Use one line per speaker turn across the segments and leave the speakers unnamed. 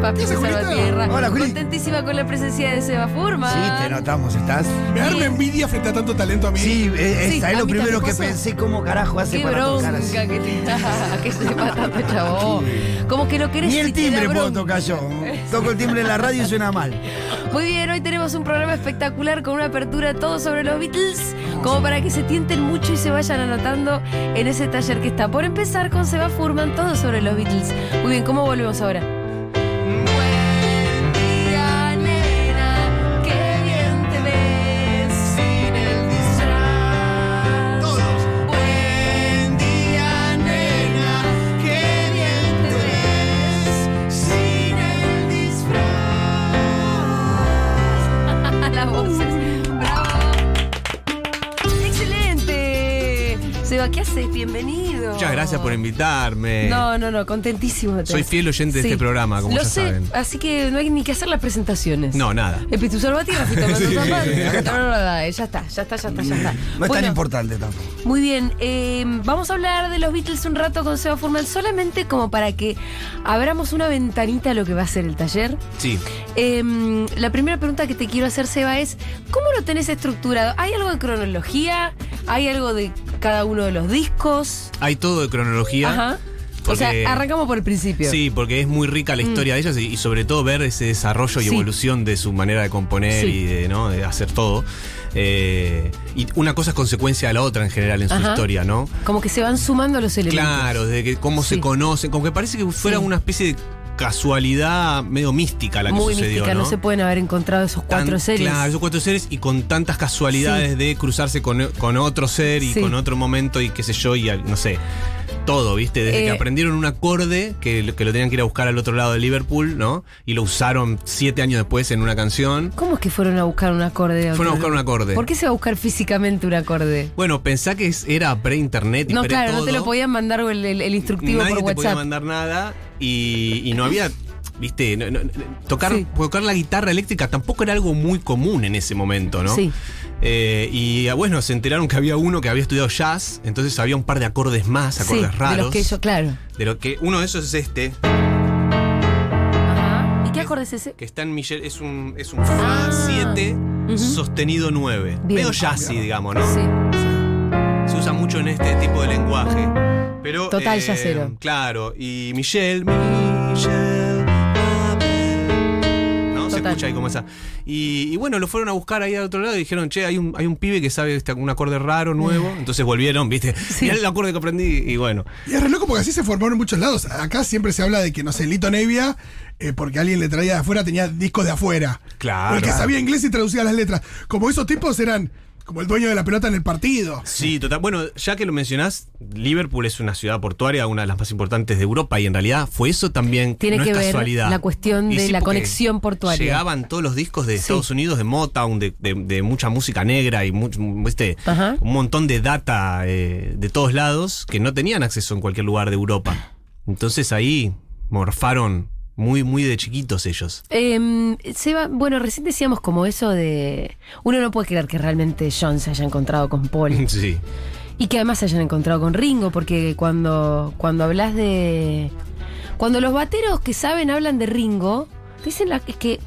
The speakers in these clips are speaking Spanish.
Paco
¿Qué hace, Julita?
Salvatierra.
Hola, Juli.
Contentísima con la presencia de Seba Furman.
Sí, te notamos, ¿estás?
Me arma envidia frente a tanto talento a mí.
Sí, eh, eh,
Sí,
¿sabes
a
lo
mí también
primero que
pasa.
pensé? ¿Cómo carajo hace
Qué
para tocar
bronca
así?
que te da, que sepa tanto chavo. Como que lo querés
Ni
y
el
te da
timbre puedo
bronca.
tocar yo. Toco el timbre en la radio y suena mal.
Muy bien, hoy tenemos un programa espectacular con una apertura todo sobre los Beatles, como para que se tienten mucho y se vayan anotando en ese taller que está por empezar con Seba Furman, todo sobre los Beatles. Muy bien, ¿cómo volvemos ahora? Buen día, nena, qué bien te ves sin el disfraz. Buen día, nena, qué bien te ves sin el disfraz. Las voces, bravo. Excelente. Seba, ¿qué haces? Bienvenido.
Muchas gracias por invitarme.
No, no, no, contentísimo. de
Eh, Soy
tener-
fiel oyente de este programa, como
Lo
ya
sé,
saben.
así que no hay ni que hacer las presentaciones.
No, nada.
Epitu Salvatierra, Fito Pato
Sí, Mm,
Zapata,
sí, acá está.
no, no, no, no, eh, ya está, ya está, ya está, ya está.
No es tan
Bueno,
importante tampoco.
Muy bien, eh, vamos a hablar de los Beatles un rato con Seba Furman, solamente como para que abramos una ventanita a lo que va a ser el taller.
Sí.
Em, la primera pregunta que te quiero hacer, Seba, es ¿cómo lo tenés estructurado? ¿Hay algo de cronología? ¿Hay algo de cada uno de los discos?
Hay todo de cronología.
Ajá. O
porque-
sea, arrancamos por el principio.
Sí, porque es muy rica la historia de ellas y, y sobre todo ver ese desarrollo y
Mm. Sí.
evolución de su manera de componer
Sí.
y de, ¿no? de hacer todo. Eh, y una cosa es consecuencia de la otra en general en su
Ajá.
historia, ¿no?
Como que se van sumando los elementos.
Claro, de que cómo
Sí.
se conocen, como que parece que fuera
Sí.
una especie de casualidad medio mística la que
Muy
sucedió,
mística, ¿no? se pueden haber encontrado esos
tan-
cuatro series.
Claro, esos cuatro seres y con tantas casualidades de cruzarse con, con otro ser y
Sí.
con otro momento y qué sé yo, y al- no sé. Todo, ¿viste? Desde que
Eh.
aprendieron un acorde que, lo- que lo tenían que ir a buscar al otro lado de Liverpool, ¿no? Y lo usaron siete años después en una canción.
¿Cómo es que fueron a buscar un acorde? de
Fueron
otro-
a buscar un acorde.
¿Por qué se va a buscar físicamente un acorde?
Bueno, pensá que es- era pre-internet y
No,
pre
claro, no te
todo.
lo podían mandar el, el- el instructivo
Nadie
por
te podía
WhatsApp.
mandar nada y, y no había. Viste, no- no- no- tocar,
Sí.
tocar la guitarra eléctrica tampoco era algo muy común en ese momento, ¿no?
Sí.
Eh, y ah, bueno, se enteraron que había uno que había estudiado jazz, entonces había un par de acordes más,
Sí,
acordes raros.
de los que yo, claro.
de lo que- uno de esos es este,
Ajá. ¿Y qué acorde es ese?
que está en Michel, es un, es un Fa 7
Ah. Ujú.
sostenido 9.
Bien.
Medio jazzy, digamos, ¿no?
Sí.
Se usa mucho en este tipo de lenguaje. Pero, eh,
Total jazzero.
Claro, y Michelle. Michelle. Abel, ¿no? Se
Total.
escucha ahí como esa. Y, y bueno, lo fueron a buscar ahí al otro lado y dijeron, che, hay un, hay un pibe que sabe este- un acorde raro, nuevo. Entonces volvieron, viste, mirá el acorde que aprendí. Y bueno,
Y es re loco porque así se formaron en muchos lados. Acá siempre se habla de que, no sé, Lito Nevia, eh, porque alguien le traía de afuera, tenía discos de afuera.
Claro.
O El que sabía inglés y traducía las letras. Como esos tipos eran como el dueño de la pelota en el partido.
Sí, total. Bueno, ya que lo mencionás, Liverpool es una ciudad portuaria, una de las más importantes de Europa, y en realidad fue eso también.
Tiene
no
que
es
ver
casualidad.
la cuestión
Y
de la
porque
conexión portuaria.
Llegaban todos los discos de
Sí.
Estados Unidos, de Motown, de, de- de mucha música negra y much- ¿viste?
Ajá.
un montón de data eh, de todos lados que no tenían acceso en cualquier lugar de Europa. Entonces ahí morfaron muy, muy de chiquitos ellos.
Em, Seba, bueno, recién decíamos como eso de. Uno no puede creer que realmente John se haya encontrado con Paul.
Sí.
Y que además se hayan encontrado con Ringo, porque cuando, cuando hablas de. Cuando los bateros que saben hablan de Ringo, dicen la, es que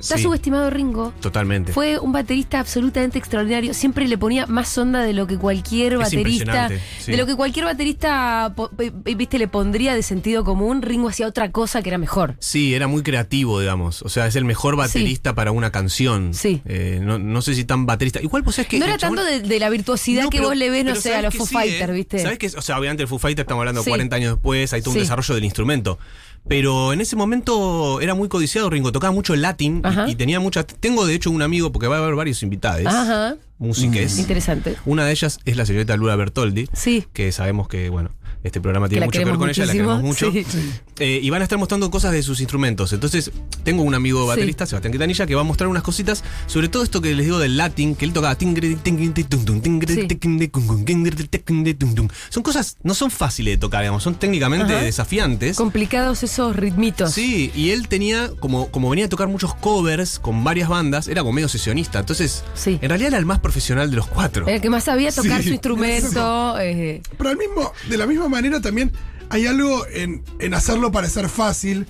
está
Sí,
subestimado Ringo.
Totalmente.
Fue un baterista absolutamente extraordinario. Siempre le ponía más onda de lo que cualquier
Es
baterista.
impresionante, sí.
De lo que cualquier baterista po- pe- pe- viste, le pondría de sentido común. Ringo hacía otra cosa que era mejor.
Sí, era muy creativo, digamos. O sea, es el mejor baterista para una canción.
Sí.
Eh, no, no sé si tan baterista. Igual, pues es que.
no era
el chabón-
tanto de, de la virtuosidad
No,
que
pero-
vos le ves, no
pero
sé, a
sabes
los
que
Foo
sí,
Fighters,
¿eh?
¿viste?
Sabes que, o sea, obviamente el Foo Fighter estamos hablando
Sí.
40 años después, hay todo
Sí.
un desarrollo del instrumento. Pero en ese momento era muy codiciado Ringo, tocaba mucho el latín y-
Ajá.
y, tenía muchas. Tengo de hecho un amigo, porque va a haber varios invitados,
Ajá. Mm,
musiques.
Interesante.
Una de ellas es la señorita Lula Bertoldi,
Sí.
que sabemos que, bueno, este programa tiene
La
mucho que ver
queremos
con ella, la queremos
muchísimo,
mucho.
sí.
Eh, y van a estar mostrando cosas de sus instrumentos. Entonces, tengo un amigo baterista, Sebastián Quitanilla, que va a mostrar unas cositas, sobre todo esto que les digo del latín, que él tocaba. tingre, tingre, tum, tum, tingre,
Sí.
tingre, cum, cum, tingre, tingre, tum, tum. Son cosas, no son fáciles de tocar, digamos, son técnicamente
Ajá.
desafiantes.
Complicados esos ritmitos.
Sí, y él tenía, como, como venía a tocar muchos covers con varias bandas, era como medio sesionista. Entonces,
Sí.
en realidad era el más profesional de los cuatro.
El que más sabía tocar
Sí.
su instrumento. eh,
Pero al mismo, de la misma manera también hay algo en, en hacerlo parecer fácil.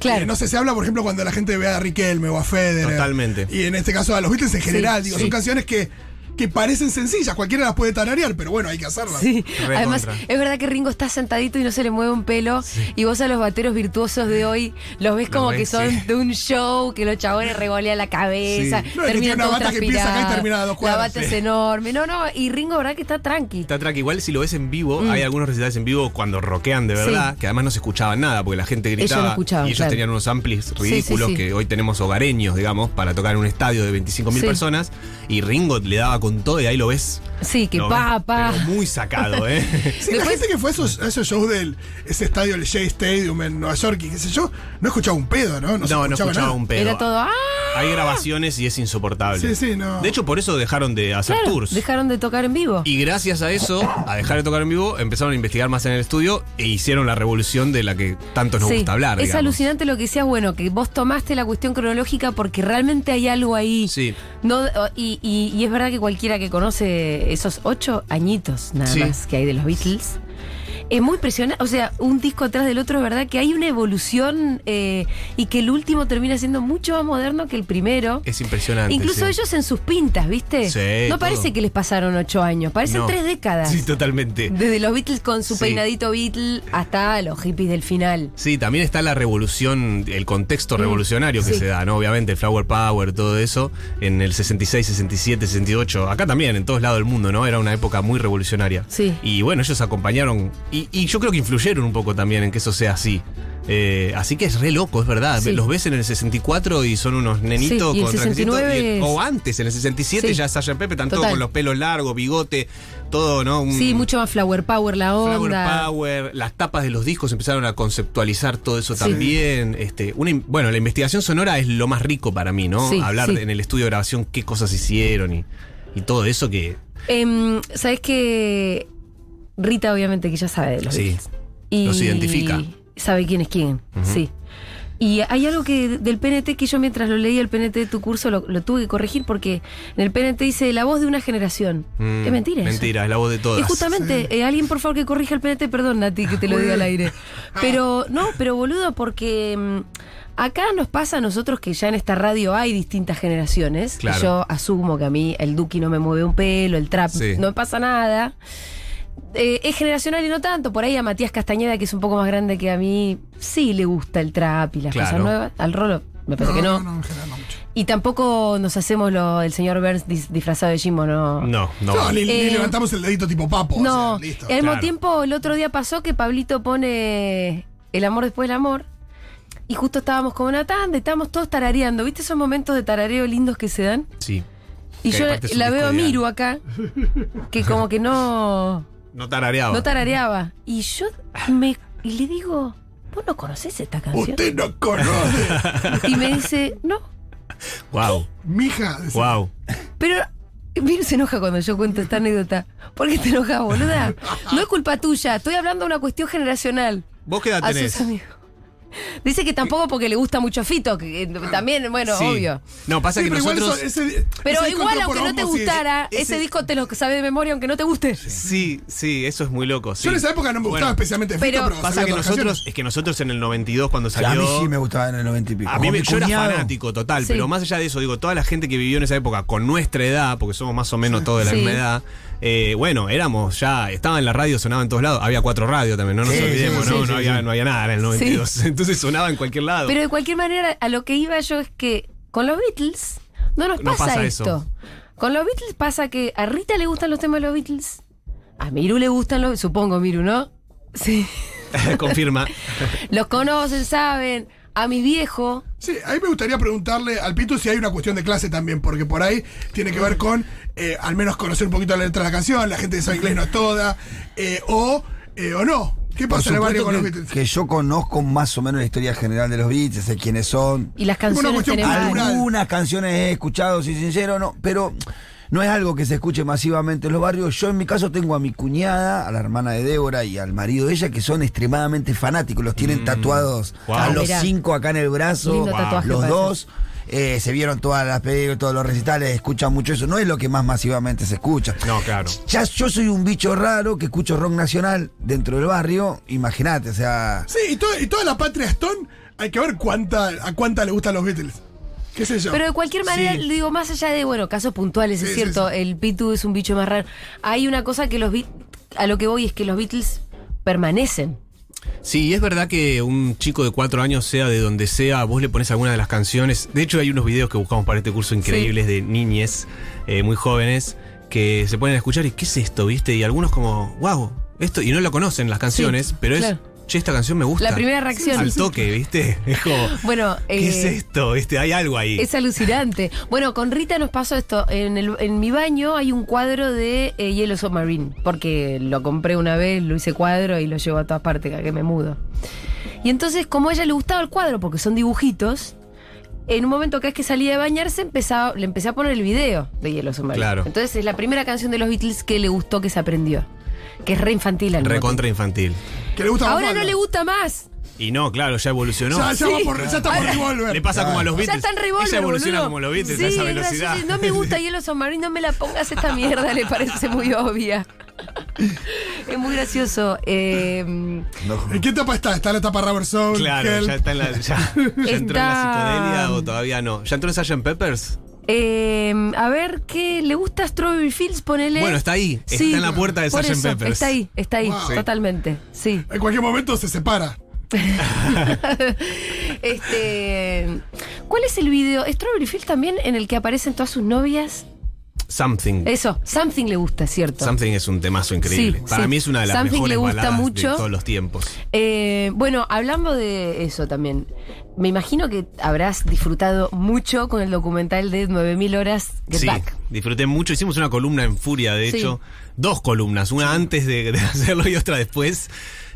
Claro.
Eh, no sé, se habla, por ejemplo, cuando la gente ve a Riquelme o a Federer.
Totalmente.
Y en este caso a los Beatles en general. Digo,
Sí.
son canciones que, que parecen sencillas. Cualquiera las puede tararear, pero bueno, hay que hacerlas.
Sí,
Re
además
contra.
es verdad que Ringo está sentadito y no se le mueve un pelo y vos a los bateros virtuosos de hoy los ves
Los
como
ves,
que son
sí.
de un show, que los chabones revolean la cabeza,
Sí. No, es que tiene
terminan
una
todos
bata que empieza acá y
transpirados,
termina a dos
la
cuadras,
bata
sí.
es enorme, no, no, y Ringo verdad que está tranqui.
Está track igual si lo ves en vivo, hay algunos recitales en vivo cuando rockean de verdad,
Mm. Sí.
que además no se escuchaban nada porque la gente
Ellos no
gritaba
escuchaban,
y ellos
claro.
tenían unos amplis
sí,
ridículos
sí.
que hoy tenemos hogareños, digamos, para tocar en un estadio de 25.000
Sí.
personas y Ringo le daba con todo y ahí lo ves.
Sí, que
lo ves,
pa, pa.
pero muy sacado, ¿eh?
Sí, la
Después-
gente que fue a esos, a esos shows del ese estadio, el Shea Stadium en Nueva York y qué sé yo, no escuchaba un pedo, ¿no? se
no, no escuchaba
nada.
un pedo.
Era todo, ¡ah!
Hay grabaciones y es insoportable.
Sí, sí, no.
De hecho, por eso dejaron de hacer
Claro,
tours.
dejaron de tocar en vivo.
Y gracias a eso, a dejar de tocar en vivo, empezaron a investigar más en el estudio e hicieron la revolución de la que tanto nos
Sí,
gusta hablar.
es
digamos.
alucinante lo que decías, bueno, que vos tomaste la cuestión cronológica porque realmente hay algo ahí.
Sí.
No, y, y- y es verdad que cualquiera que conoce esos ocho añitos nada
Sí.
más que hay de los Beatles. Es muy impresionante, o sea, un disco atrás del otro, es verdad que hay una evolución eh, y que el último termina siendo mucho más moderno que el primero.
Es impresionante.
Incluso
sí.
ellos en sus pintas, ¿viste?
Sí,
no
todo.
parece que les pasaron ocho años, parecen
No.
tres décadas.
Sí, totalmente.
Desde los Beatles con su
Sí.
peinadito Beatle hasta los hippies del final.
Sí, también está la revolución, el contexto
Mm,
revolucionario que
sí.
se da, ¿no? Obviamente, el Flower Power, todo eso, en el 66, 67, 68, acá también, en todos lados del mundo, ¿no? Era una época muy revolucionaria.
Sí.
Y bueno, ellos acompañaron, y, y yo creo que influyeron un poco también en que eso sea así. Eh, así que es re loco, es verdad.
Sí.
Los ves en el 64 y son unos nenitos
Sí, y el
con tranquititos,
69
y- O antes, en el 67
Sí.
ya Sasha Pepe, tanto
Total.
con los pelos largos, bigote, todo, ¿no? Un-
Sí, mucho más flower power la onda.
Mm. Flower Power, las tapas de los discos empezaron a conceptualizar todo eso
Sí.
también. Este, una in- bueno, la investigación sonora es lo más rico para mí, ¿no?
Sí,
Hablar
sí.
de- en el estudio de grabación qué cosas hicieron y, y todo eso que.
Em, ¿Sabes qué? Rita, obviamente, que ya sabe de los
Sí.
Beatles. Y
Los identifica.
Sabe quién es quién, sí. Y hay algo que del PNT que yo mientras lo leía el PNT de tu curso lo, lo tuve que corregir porque en el PNT dice la voz de una generación.
mm,
es mentira. eso.
Mentira, es la voz de todas.
Y justamente, eh, alguien por favor que corrija el PNT, perdón Nati que te lo diga al aire.
Ah.
Pero, no, pero boludo, porque mm, acá nos pasa a nosotros que ya en esta radio hay distintas generaciones. que
Claro.
Yo asumo que a mí el Duki no me mueve un pelo, el trap
Sí.
no me pasa nada. Eh, es generacional y no tanto. Por ahí a Matías Castañeda, que es un poco más grande que a mí, sí le gusta el trap y las
Claro.
cosas nuevas. Al Rolo me parece
No,
que
no,
no.
no, en general no mucho.
Y tampoco nos hacemos lo del señor Burns dis- disfrazado de Jimbo, no.
No, no.
No, ni, ni
Eh,
levantamos el dedito tipo papo.
No,
o sea, listo.
y al mismo
Claro.
tiempo el otro día pasó que Pablito pone el amor después del amor. Y justo estábamos como una tanda, y estábamos todos tarareando. ¿Viste esos momentos de tarareo lindos que se dan?
Sí.
Y
Que
yo
aparte es un
la
disco
veo a
de
Miru acá, que como que no,
No tarareaba.
no tarareaba. Y yo me y le digo, ¿vos no conocés esta canción?
Usted no conoce.
Y me dice, no.
wow,
Mija. decía.
wow.
Pero Miru se enoja cuando yo cuento esta anécdota. ¿Por qué te enojas, boluda? No es culpa tuya, estoy hablando de una cuestión generacional.
¿Vos qué edad
a
tenés?
sus amigos. Dice que tampoco porque le gusta mucho Fito, que eh, también, bueno,
Sí.
obvio.
No, pasa
Sí,
que
pero igual
nosotros.
eso- ese-
Pero
ese
igual,
disco
aunque no te
por osmosis,
gustara, ese,
ese-
disco te lo sabe de memoria, aunque no te guste.
Sí, sí, eso es muy loco. sí.
Yo en esa época no me gustaba
Bueno,
especialmente Fito,
pero-
pero,
Pasa
sabía
que
otras
nosotros,
canciones.
es que nosotros en el 92 cuando
O sea,
salió...
a mí sí me gustaba en el 90 y pico.
A mí me,
Con mi
yo era
cuñado,
fanático total,
Sí.
pero más allá de eso, digo, toda la gente que vivió en esa época con nuestra edad, porque somos más o menos todos de la
Sí.
misma edad, eh, bueno, éramos ya, estaba en la radio, sonaba en todos lados, había cuatro radios también, no nos
Sí,
olvidemos,
sí,
¿no?
sí,
no,
sí,
había,
sí.
no había nada en el 92, entonces sonaba en cualquier lado.
Pero de cualquier manera, a lo que iba yo es que con los Beatles no nos
No
pasa,
pasa
esto.
eso.
Con los Beatles pasa que a Rita le gustan los temas de los Beatles. A Miru le gustan los. Supongo, Miru, ¿no? Sí.
Confirma.
Los conocen, saben. A mi viejo.
Sí, ahí me gustaría preguntarle al Pitu si hay una cuestión de clase también, porque por ahí tiene que ver con eh, al menos conocer un poquito la letra de la canción, la gente que sabe inglés no es toda, eh, o, eh, o no. ¿Qué
Por
pasa en el barrio
supuesto
con los
que,
Beatles?
que yo conozco más o menos la historia general de los Beatles, de quiénes son.
Y las canciones
cuestión
tenemos.
cultural.
Algunas canciones he escuchado, soy sincero, no, pero no es algo que se escuche masivamente en los barrios. Yo en mi caso tengo a mi cuñada, a la hermana de Débora y al marido de ella, que son extremadamente fanáticos, los tienen tatuados
Wow.
a los
Mirá.
cinco acá en el brazo,
Lindo tatuaje
los
para
dos. eh, se vieron todas las películas, todos los recitales, escuchan mucho eso. No es lo que más masivamente se escucha.
No, claro.
Ya yo soy un bicho raro que escucho rock nacional dentro del barrio, imagínate, o sea...
Sí, y, todo- y toda la patria Stone hay que ver cuánta, a cuánta le gustan los Beatles. ¿Qué sé yo?
Pero de cualquier manera,
Sí.
digo, más allá de, bueno, casos puntuales,
Sí,
es
sí,
cierto,
sí.
el Pitu es un bicho más raro. Hay una cosa que los Beat- a lo que voy es que los Beatles permanecen.
Sí, es verdad que un chico de cuatro años, sea de donde sea, vos le pones alguna de las canciones. De hecho, hay unos videos que buscamos para este curso increíbles de niñes eh, muy jóvenes que se ponen a escuchar y ¿qué es esto? ¿Viste? Y algunos como, wow, esto. Y no lo conocen las canciones,
Sí,
pero es,
claro.
che, esta canción me gusta.
La primera reacción.
Al toque, ¿viste? Es como,
Bueno,
¿qué
eh,
es esto? ¿Viste? Hay algo ahí.
Es alucinante. Bueno, con Rita nos pasó esto. En, el- en mi baño hay un cuadro de eh, Yellow Submarine, porque lo compré una vez, lo hice cuadro y lo llevo a todas partes, que me mudo. Y entonces, como a ella le gustaba el cuadro, porque son dibujitos, en un momento que es que salía de bañarse, empezaba, le empecé a poner el video de Yellow Submarine.
Claro.
Entonces es la primera canción de los Beatles que le gustó, que se aprendió. Que es re infantil al mismo
Recontra infantil.
que le
tiempo.
gusta
Ahora
Bob
no
Dylan.
le gusta más.
Y no, claro, ya evolucionó.
Ya, ya, va
Sí.
por, ya está por Revolver.
Le pasa como a los
Ya
Beatles.
están revólver,
Ella evoluciona
boludo.
como los Beatles
Sí,
a esa
es
velocidad.
gracioso. No me gusta Hielo Submarine, no me la pongas esta mierda, le parece muy obvia. Es muy gracioso. Eh,
¿En qué etapa está? Está en la etapa Rubber Soul.
Claro,
Help.
ya está en la. Ya, ya entró en la psicodelia o todavía no. ¿Ya entró en Sgt. Peppers?
eh, a ver, ¿qué le gusta Strawberry Fields? Ponele.
Bueno, está ahí. Está en la puerta de
por
Sgt.
eso,
Peppers.
Está ahí, está ahí,
Wow.
totalmente. Sí.
En cualquier momento se separa.
este, ¿Cuál es el video? Strawberry Fields también en el que aparecen todas sus novias.
Something.
Eso, Something le gusta, ¿cierto?
Something es un temazo increíble.
Eh, Sí,
Para
sí.
mí es una de las
Something
mejores
le gusta
baladas
mucho.
de todos los tiempos.
Eh, bueno, hablando de eso también, me imagino que habrás disfrutado mucho con el documental de 9000 horas Get
sí,
Back.
disfruté mucho. Hicimos una columna en Furia, de
Sí.
hecho. Dos columnas, una antes de, de hacerlo y otra después.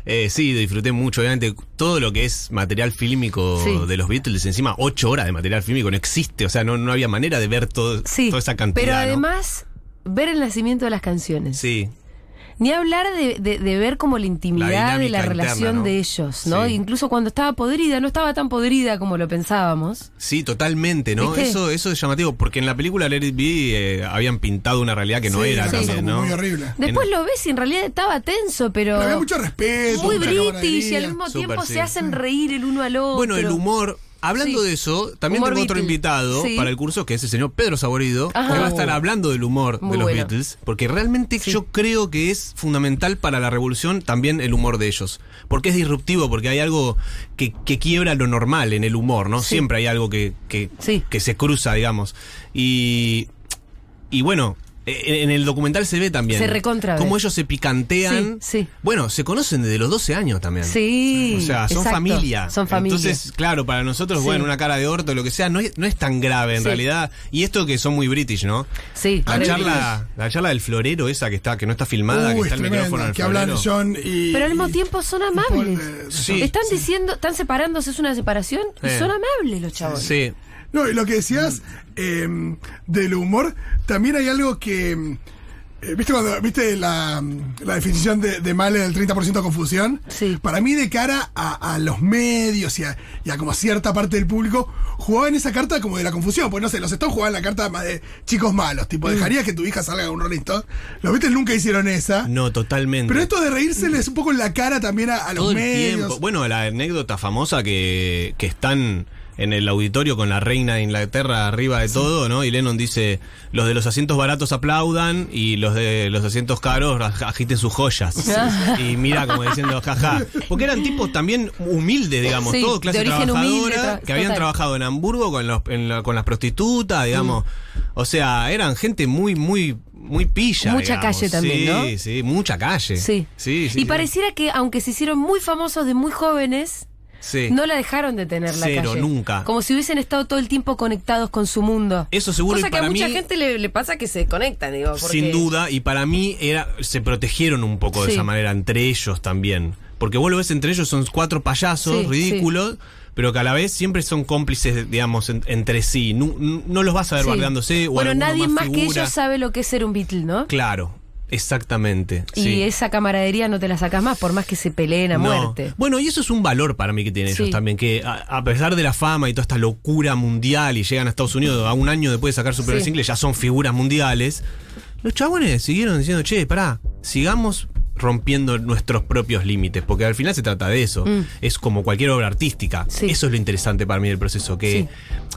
Eh, sí, disfruté mucho, obviamente, todo lo que es material fílmico
Sí.
de los Beatles. Encima, ocho horas de material fílmico no existe. O sea, no, no había manera de ver todo,
Sí,
toda esa cantidad.
pero
¿no?
además ver el nacimiento de las canciones.
Sí,
Ni hablar de, de- de ver como la intimidad
La
de la
dinámica interna,
relación
¿no?
de ellos, ¿no?
Sí.
Incluso cuando estaba podrida, no estaba tan podrida como lo pensábamos.
Sí, totalmente, ¿no?
¿Viste?
Eso, eso es llamativo, porque en la película Let It Be eh, habían pintado una realidad que no
Sí,
era
una cosa
también,
como
¿no?
muy horrible.
Después
En-
lo ves y en realidad estaba tenso, pero,
Pero había mucho respeto.
muy
mucha
british y
camaradería.
al mismo
Súper,
tiempo
sí.
se hacen reír el uno al otro.
Bueno, el humor. Hablando
Sí.
de eso, también
Humor
tengo otro
Beatle.
invitado
Sí.
para el curso, que es el señor Pedro Saborido,
Ajá.
que va a estar hablando del humor
Muy
de los
bueno.
Beatles, porque realmente yo creo que es fundamental para la revolución también el humor de ellos, porque es disruptivo, porque hay algo que, que quiebra lo normal en el humor, ¿no?
Sí.
Siempre hay algo que, que,
Sí.
que se cruza, digamos. Y Y bueno, e- en el documental se ve también.
Se recontra ve.
Cómo ellos se picantean.
Sí, sí.
Bueno, se conocen desde los 12 años también.
Sí,
O sea, son
exacto.
familia.
Son familia.
Entonces, claro, para nosotros,
Sí.
bueno, una cara de orto, lo que sea, no es, no es tan grave en
Sí.
realidad. Y esto que son muy british, ¿no?
Sí,
La
re
charla, la charla del florero esa que está, que no está filmada, que
Uy,
está el
tremendo,
micrófono en el
que hablan
florero.
John y.
Pero al mismo
y-
tiempo son amables.
Paul, eh,
Sí.
están diciendo, están separándose, es una separación, y
Sí.
son amables los chavos.
Sí.
No, y lo que decías eh, del humor, también hay algo que. mm, eh, ¿Viste, cuando, ¿Viste la, mm, la definición de, de Male del 30% confusión?
Sí.
Para mí, de cara a, a los medios y a, y a como cierta parte del público, jugaban esa carta como de la confusión. Pues no sé, los Stones jugaban la carta más de chicos malos.
Mm.
Tipo, dejarías que tu hija salga con un Rolling Stone. Los Beatles nunca hicieron esa.
No, totalmente.
Pero esto de reírseles un poco en la cara también a, a los
todo el
medios.
tiempo. Bueno, la anécdota famosa que, que están en el auditorio con la reina de Inglaterra arriba de todo, ¿no? Y Lennon dice, los de los asientos baratos aplaudan y los de los asientos caros aj- agiten sus joyas.
Ah.
Y mira como diciendo, jaja. Porque eran tipos también humildes, digamos,
Sí,
todo clase
de origen
trabajadora,
humilde, tra-
que habían
total.
trabajado en Hamburgo con, los, en la- con las prostitutas, digamos.
Mm.
O sea, eran gente muy, muy, muy pilla.
Mucha
digamos.
calle también,
Sí,
¿no?
sí, mucha calle.
Sí.
Sí, sí.
y
sí.
pareciera que, aunque se hicieron muy famosos de muy jóvenes,
Sí.
no la dejaron de tener la
Cero,
calle.
nunca.
Como si hubiesen estado todo el tiempo conectados con su mundo.
Eso seguro,
Cosa
y
que a
para
mucha
mí-
gente le, le pasa que se desconectan, digo. porque-
Sin duda, y para mí era, se protegieron un poco de
Sí.
esa manera entre ellos también. Porque vos lo ves entre ellos, son cuatro payasos
Sí,
ridículos, pero que a la vez siempre son cómplices, digamos, en- entre sí. Nu- nu- No, los vas a ver
Sí.
bardeándose o
Bueno,
alguno
nadie más, que
figura.
ellos sabe lo que es ser un Beatle, ¿no?
Claro, exactamente.
Y
sí.
esa camaradería no te la sacas más, por más que se peleen a
No.
muerte.
Bueno, y eso es un valor para mí que tienen
Sí.
ellos también, que a, a pesar de la fama y toda esta locura mundial y llegan a Estados Unidos a un año después de sacar su primer
Sí.
single, ya son figuras mundiales. Los chabones siguieron diciendo, che, pará, sigamos rompiendo nuestros propios límites, porque al final se trata de eso.
Mm.
Es como cualquier obra artística.
Sí.
Eso es lo interesante para mí del proceso, que,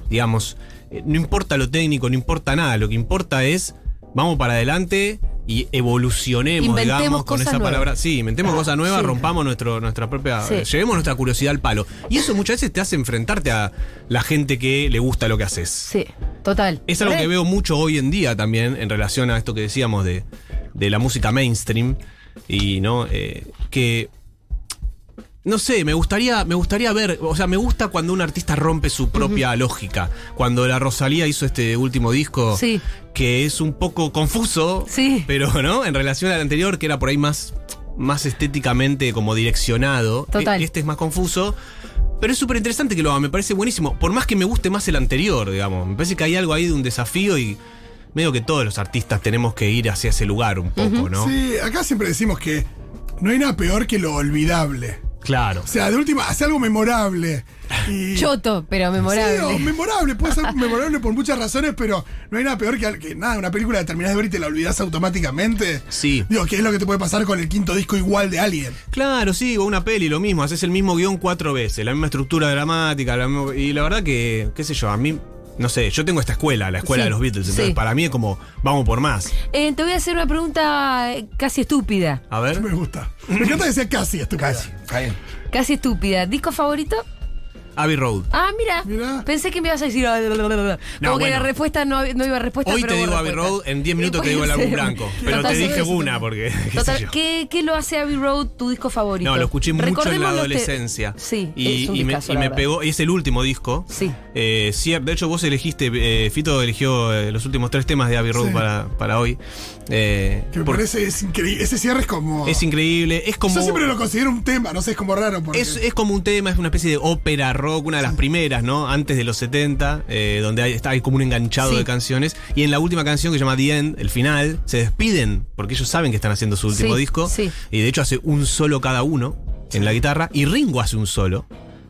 digamos, eh, no importa lo técnico, no importa nada, lo que importa es, vamos para adelante y evolucionemos,
Inventemos
digamos, con
cosas
esa
nuevas. Ah,
palabra. Sí, inventemos cosas nuevas,
sí.
rompamos nuestro, nuestra propia... eh,
Sí.
Llevemos nuestra curiosidad al palo. Y eso muchas veces te hace enfrentarte a la gente que le gusta lo que haces.
Sí, total. ¿Eh?
Es algo
Re.
que veo mucho hoy en día también en relación a esto que decíamos de, de la música mainstream. Y no, Eh, que. No sé, me gustaría, me gustaría ver. O sea, me gusta cuando un artista rompe su propia lógica. Cuando la Rosalía hizo este último disco,
Sí.
que es un poco confuso.
Sí.
Pero, ¿no? En relación al anterior, que era por ahí más, más estéticamente como direccionado.
Total.
E- Este es más confuso. Pero es súper interesante que lo haga, me parece buenísimo. Por más que me guste más el anterior, digamos. Me parece que hay algo ahí de un desafío y medio que todos los artistas tenemos que ir hacia ese lugar un poco, ¿no?
Sí, acá siempre decimos que no hay nada peor que lo olvidable.
Claro.
O sea, de última, hace algo memorable. Y-
Choto, pero memorable.
Sí, o memorable, puede ser memorable por muchas razones, pero no hay nada peor que, que nada, una película que terminás de ver y te la olvidás automáticamente.
Sí.
Digo, ¿qué es lo que te puede pasar con el quinto disco igual de Alien?
Claro, sí, o una peli, lo mismo. Haces el mismo guión cuatro veces, la misma estructura dramática. la misma- y la verdad que, qué sé yo, a mí, no sé, yo tengo esta escuela, la escuela
Sí,
de los Beatles. Entonces,
sí.
para mí es como, vamos por más.
Eh, te voy a hacer una pregunta eh, casi estúpida.
A ver.
Me gusta. Me encanta que sea casi estúpida.
Casi. Está bien.
Casi estúpida. ¿Disco favorito?
Abbey Road.
Ah, mira.
Mirá.
Pensé que me ibas a decir. ah, bla, bla, bla, bla. Como
No,
que la
bueno.
respuesta no, hab- no iba a respuesta.
Hoy
pero
te
hubo
digo Abbey
respuesta.
Road, en 10 minutos te digo el álbum blanco. Pero
Total,
te dije
eso.
una porque. qué sé
Total,
yo.
¿qué, qué lo hace Abbey Road tu disco favorito?
No, lo escuché mucho en la
Recordemos los te-
adolescencia.
Sí,
y,
es un
y me,
discazo,
y
la
me
verdad.
pegó, es el último disco.
Sí.
Eh, sí, de hecho, vos elegiste, eh, Fito eligió eh, los últimos tres temas de Abbey Road
Sí.
para, para hoy. Eh,
Que me
por-
parece es increíble. Ese cierre es como.
es increíble, es como.
Yo siempre lo considero un tema, no sé, es como raro. Porque,
Es, es como un tema, es una especie de ópera rock, una de las primeras, ¿no? Antes de los 70, eh, donde hay, está, hay como un enganchado
Sí.
de canciones. Y en la última canción que se llama The End, el final, se despiden, porque ellos saben que están haciendo su último
Sí,
disco.
sí.
Y de hecho hace un solo cada uno en la guitarra. Y Ringo hace un solo,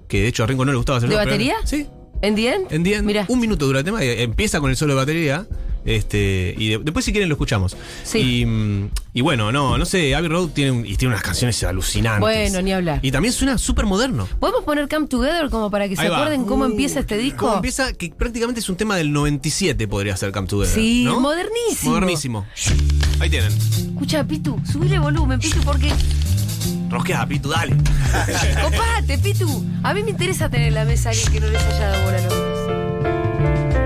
que de hecho a Ringo no le gustaba hacer
¿De
solo, pero-
batería?
sí.
¿En The End?
En The End,
Mirá.
un minuto dura el tema, y empieza con el solo de batería. Este, y de- después si quieren lo escuchamos.
Sí.
Y, mm, y bueno, no, no sé, Abbey Road tiene, un- y tiene unas canciones alucinantes.
Bueno, ni hablar.
Y también suena súper moderno.
¿Podemos poner Come Together como para que se
Ahí va.
acuerden cómo
Uh,
empieza este disco?
¿Cómo empieza? Que prácticamente es un tema del 97 podría ser Camp Together.
Sí,
¿no?
modernísimo.
Modernísimo. Ahí tienen.
Escucha, Pitu, subile volumen, Pitu, porque.
Rosquea, Pitu, dale.
¡Copate, Pitu! A mí me interesa tener en la mesa a alguien que no les haya dado bola a los dos.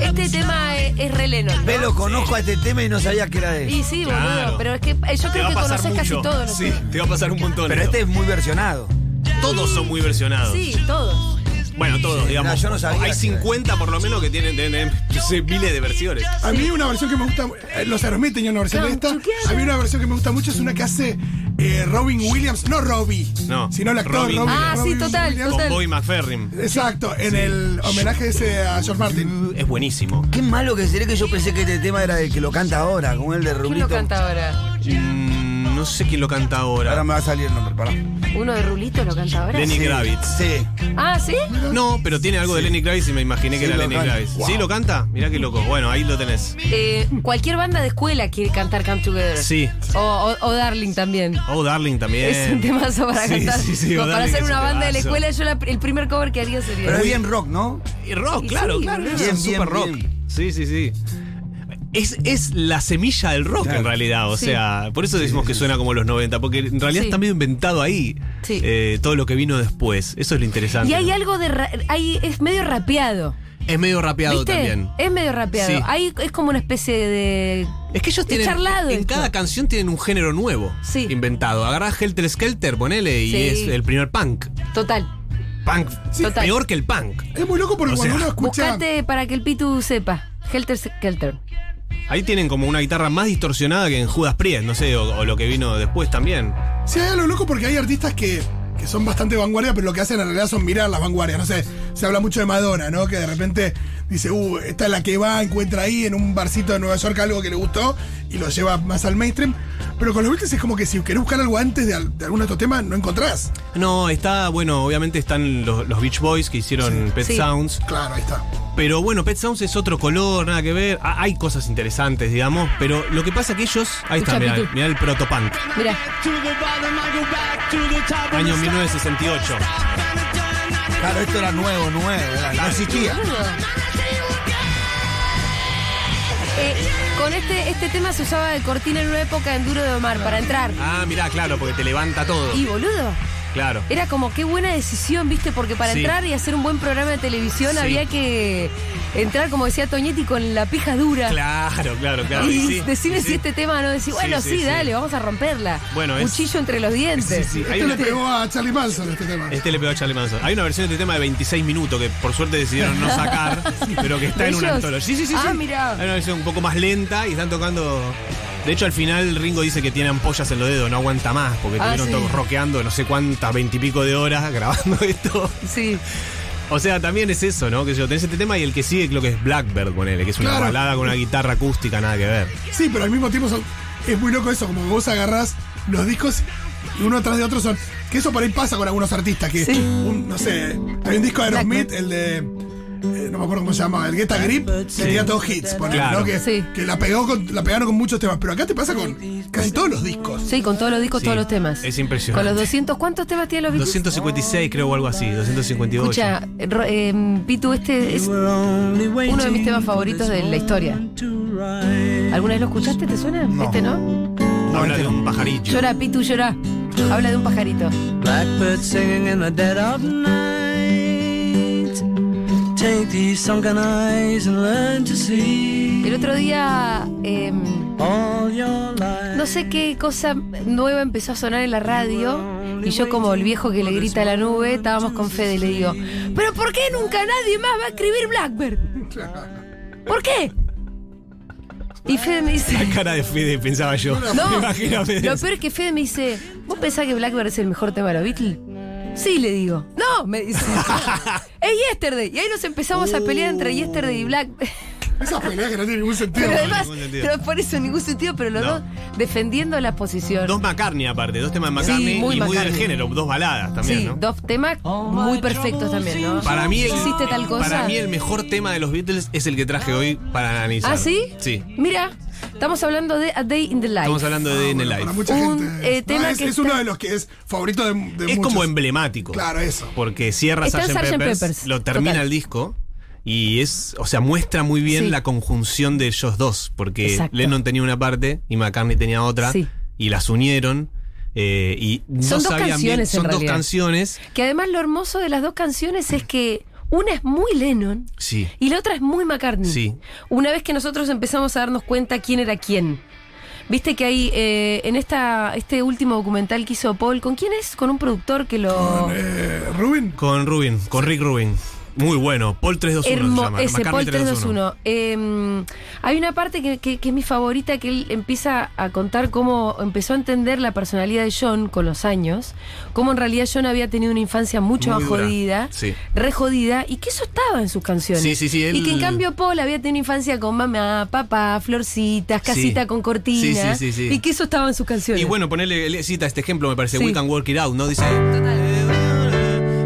Este tema es, es re Lennon, ¿no?
Ve, lo conozco a este tema y no sabía que era de
Y
él.
sí,
Claro.
boludo, pero es que eh, yo creo que conoces casi todo, ¿no?
Sí, te va a pasar un montón.
Pero
esto.
este es muy versionado.
Todos son muy versionados.
Sí, todo.
Bueno, todos, digamos.
yo no sabía
Hay
que-
50 por lo menos que tienen, tienen, yo sé, miles de versiones.
A mí una versión que me gusta, eh, los Aerosmith tenían una versión de esta.
Come together.
A mí una versión que me gusta mucho es una que hace eh, Robin Williams, no Robbie,
No,
sino el actor
Robin.
Robin.
Ah, sí,
Robin
total,
Williams.
total.
Con Boy McFerrin.
Exacto, en el homenaje ese a George Martin.
Es buenísimo.
Qué malo que sería que yo pensé que este tema era el que lo canta ahora, como el de Rubito.
¿Quién lo canta ahora?
Mm, no sé quién lo canta
Ahora
ahora.
me va a salir el nombre, pará.
¿Uno de Rulito lo canta ahora?
Lenny Kravitz.
Sí.
Ah, ¿sí?
No, pero tiene algo de Lenny Kravitz y me imaginé que
Sí,
era
lo
Lenny
canta.
Kravitz.
Wow.
¿Sí lo canta? Mirá qué loco. Bueno, ahí lo tenés.
Eh, cualquier banda de escuela quiere cantar Come Together.
Sí.
O, o- o Darling también.
Oh, Darling también.
Es un temazo para
Sí,
cantar.
sí, sí,
Como
oh,
para
Darling
hacer
es
una
un
banda de la
temazo.
escuela, yo la- el primer cover que haría sería.
Pero es bien rock, ¿no?
Y rock,
Y
claro,
sí,
claro.
boludo.
Es
Bien,
super
bien,
rock.
bien.
Sí, sí, sí. Es, es la semilla del rock
Claro.
en realidad, o
Sí.
sea, por eso decimos que suena como los 90, porque en realidad
Sí.
está medio inventado ahí
Sí.
eh, todo lo que vino después. Eso es lo interesante.
Y hay algo de. ra- hay- es medio rapeado.
es medio rapeado
¿Viste?
también.
Es medio rapeado.
Sí.
Hay- es como una especie de.
Es que ellos
Es
tienen.
charlado
en
esto.
cada canción tienen un género nuevo
Sí.
inventado. Agarrás Helter Skelter, ponele, y
Sí.
es el primer punk.
Total.
Punk.
Total.
Peor que el punk.
Es muy loco porque
O
cuando
sea,
uno escucha.
Buscate para que el Pitu sepa. Helter Skelter.
Ahí tienen como una guitarra más distorsionada que en Judas Priest, no sé, o- o lo que vino después también.
Sí, hay algo loco porque hay artistas que, que son bastante vanguardia, pero lo que hacen en realidad son mirar las vanguardias. No sé, se habla mucho de Madonna, ¿no? Que de repente dice, uh, esta es la que va, encuentra ahí en un barcito de Nueva York algo que le gustó y lo lleva más al mainstream. Pero con los Beatles es como que si querés buscar algo antes de, al- de alguno de estos temas, no encontrás.
No, está, bueno, obviamente están los, los Beach Boys que hicieron Pet
Sí.
Sounds.
Claro, ahí está.
Pero bueno, Pet Sounds es otro color, nada que ver. Ah, hay cosas interesantes, digamos. Pero lo que pasa que ellos. Ahí está,
Escucha,
mirá,
Pitu.
mirá el protopunk.
Mira,
Año 1968.
Claro, esto era nuevo, nuevo. era- No existía.
Eh, con este, este tema se usaba de cortina en una época en Duro de Omar para entrar.
Ah, mirá, claro, porque te levanta todo.
Y boludo,
Claro.
era como qué buena decisión, viste, porque para
Sí.
entrar y hacer un buen programa de televisión
Sí.
había que entrar, como decía Toñetti, con la pija dura.
Claro, claro, claro.
Y
Y sí,
decime
sí,
si
sí.
este tema no decir,
Sí,
bueno, sí,
sí, sí.
dale, vamos a romperla.
Bueno, es-
Cuchillo entre los dientes.
Sí, hay
Este
una-
le pegó a Charlie Manson este tema.
Este le pegó a Charlie Manson. Hay una versión de este tema de 26 minutos que por suerte decidieron no sacar, pero que está en una
¿Ellos?
antología. Sí, sí, sí.
Ah,
sí.
mirá.
Hay una versión un poco más lenta y están tocando. De hecho, al final Ringo dice que tiene ampollas en los dedos, no aguanta más, porque
Ah,
estuvieron
sí.
todos rockeando no sé cuántas, veintipico de horas grabando esto.
Sí.
O sea, también es eso, ¿no? Que yo tenés este tema y el que sigue creo que es Blackbird con él, que es una
Claro.
balada con una guitarra acústica, nada que ver.
Sí, pero al mismo tiempo son- es muy loco eso, como que vos agarrás los discos y uno tras de otro son. Que eso por ahí pasa con algunos artistas, que
Sí.
un- no sé, hay un disco de Aerosmith, el de. eh, no me acuerdo cómo se llama, el Get a Grip, que tenía todos hits, ponele,
Claro.
¿no? Que,
Sí.
que la, pegó con- la pegaron con muchos temas, pero acá te pasa con casi todos los discos.
Sí, con todos los discos,
Sí,
todos los temas.
es impresionante.
Con los 200, ¿cuántos temas tienen los Beatles?
256 creo o algo así, 258.
Escucha, ro- eh, Pitu, este es uno de mis temas favoritos de la historia. ¿Alguna vez lo escuchaste? ¿Te suena?
No.
Este no.
Habla de un pajarillo.
Llora, Pitu, llora. Habla de un pajarito.
Blackbird singing in the dead of night. Take these sunken eyes and learn to see
El otro día, eh,
all your life.
no sé qué cosa nueva empezó a sonar en la radio. Y yo, como el viejo que le grita a la nube, estábamos con Fede y le digo: ¿Pero por qué nunca nadie más va a escribir Blackbird? ¿Por qué? Y Fede me dice:
La cara de Fede, pensaba yo.
No,
Imagínate.
lo peor es que Fede me dice, ¿vos pensás que Blackbird es el mejor tema de los Beatles? Sí, le digo. No, me dice. es Yesterday. Y ahí nos empezamos a pelear entre Yesterday y Blackbird.
Esas peleas que no tienen ningún sentido.
Pero
tiene
además,
ningún sentido.
no por eso en ningún sentido, pero los
No.
dos defendiendo la posición.
Dos McCartney aparte, dos temas de
Sí,
McCartney
muy
y muy del
McCartney.
género, dos baladas también,
sí,
¿no?
dos temas muy perfectos también, ¿no?
Para mí, el,
¿Hiciste tal cosa?
para mí el mejor tema de los Beatles es el que traje hoy para analizar.
¿Ah, sí?
Sí.
Mira, estamos hablando de A Day in the Life.
Estamos hablando de In the
Para
Life.
mucha
Un,
gente.
eh, tema
es
que
es
está-
uno de los que es favorito de, de
Es
muchos.
como emblemático.
Claro, eso.
Porque cierra
Está en
Sgt.
Sgt.
Peppers,
Peppers,
lo termina
total.
el disco y es, o sea, muestra muy bien
Sí.
la conjunción de ellos dos, porque
Exacto.
Lennon tenía una parte y McCartney tenía otra
Sí.
y las unieron eh, y no
Son dos
sabían bien,
canciones, en
son dos
realidad.
canciones.
Que además lo hermoso de las dos canciones es que una es muy Lennon
Sí.
Y la otra es muy McCartney.
Sí.
Una vez que nosotros empezamos a darnos cuenta quién era quién. Viste que hay eh, en esta este último documental que hizo Paul, ¿con quién es? Con un productor que lo.
Eh, Rubin.
Con Rubin, con Rick Rubin. Muy bueno. Paul 321 se
Hermo-
llama.
ese,
McCartney
Paul 321. Eh, hay una parte que, que- que es mi favorita, que él empieza a contar cómo empezó a entender la personalidad de John con los años, cómo en realidad John había tenido una infancia mucho
Muy
más
dura.
jodida,
Sí.
re jodida, y que eso estaba en sus canciones.
Sí, sí, sí, él-
Y que en cambio Paul había tenido infancia con mamá, papá, florcitas,
Sí.
casita con cortina,
Sí, sí, sí, sí.
y que eso estaba en sus canciones.
Y bueno, ponerle él cita este ejemplo, me parece,
Sí.
We Can Work It Out, ¿no? Dice.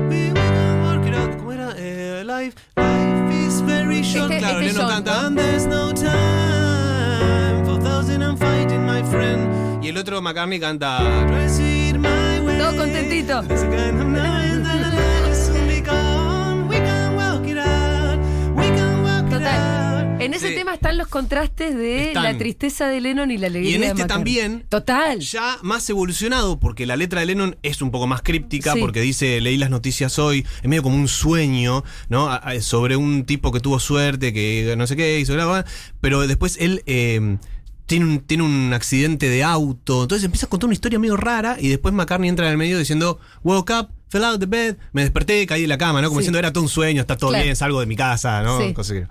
"We can work it out". ¿Cómo era? Eh, life, life is very short.
Este-
claro,
este
Lennon
son.
canta. And there's no time for thousand and fighting, my friend. Y el otro McCartney canta. "Proceed my way".
Todo contentito.
There's a kind of night that the night will soon be gone. We can work it out. We can work it
Total.
out.
En ese
Sí.
tema están los contrastes de
Están.
la tristeza de Lennon y la alegría
Y en
de
este
McCartney.
también.
Total.
ya más evolucionado, porque la letra de Lennon es un poco más críptica,
Sí.
porque dice, leí las noticias hoy, es medio como un sueño, ¿no? A- a- sobre un tipo que tuvo suerte, que no sé qué, hizo bla, bla, bla. pero después él... eh, tiene un, tiene un accidente de auto. Entonces empieza a contar una historia medio rara. Y después McCartney entra en el medio diciendo: Woke up, fell out the bed, me desperté, caí de la cama, ¿no? Como
Sí.
diciendo, era todo un sueño, está todo
Claro.
bien, salgo de mi casa, ¿no?
Sí.
Cosas que-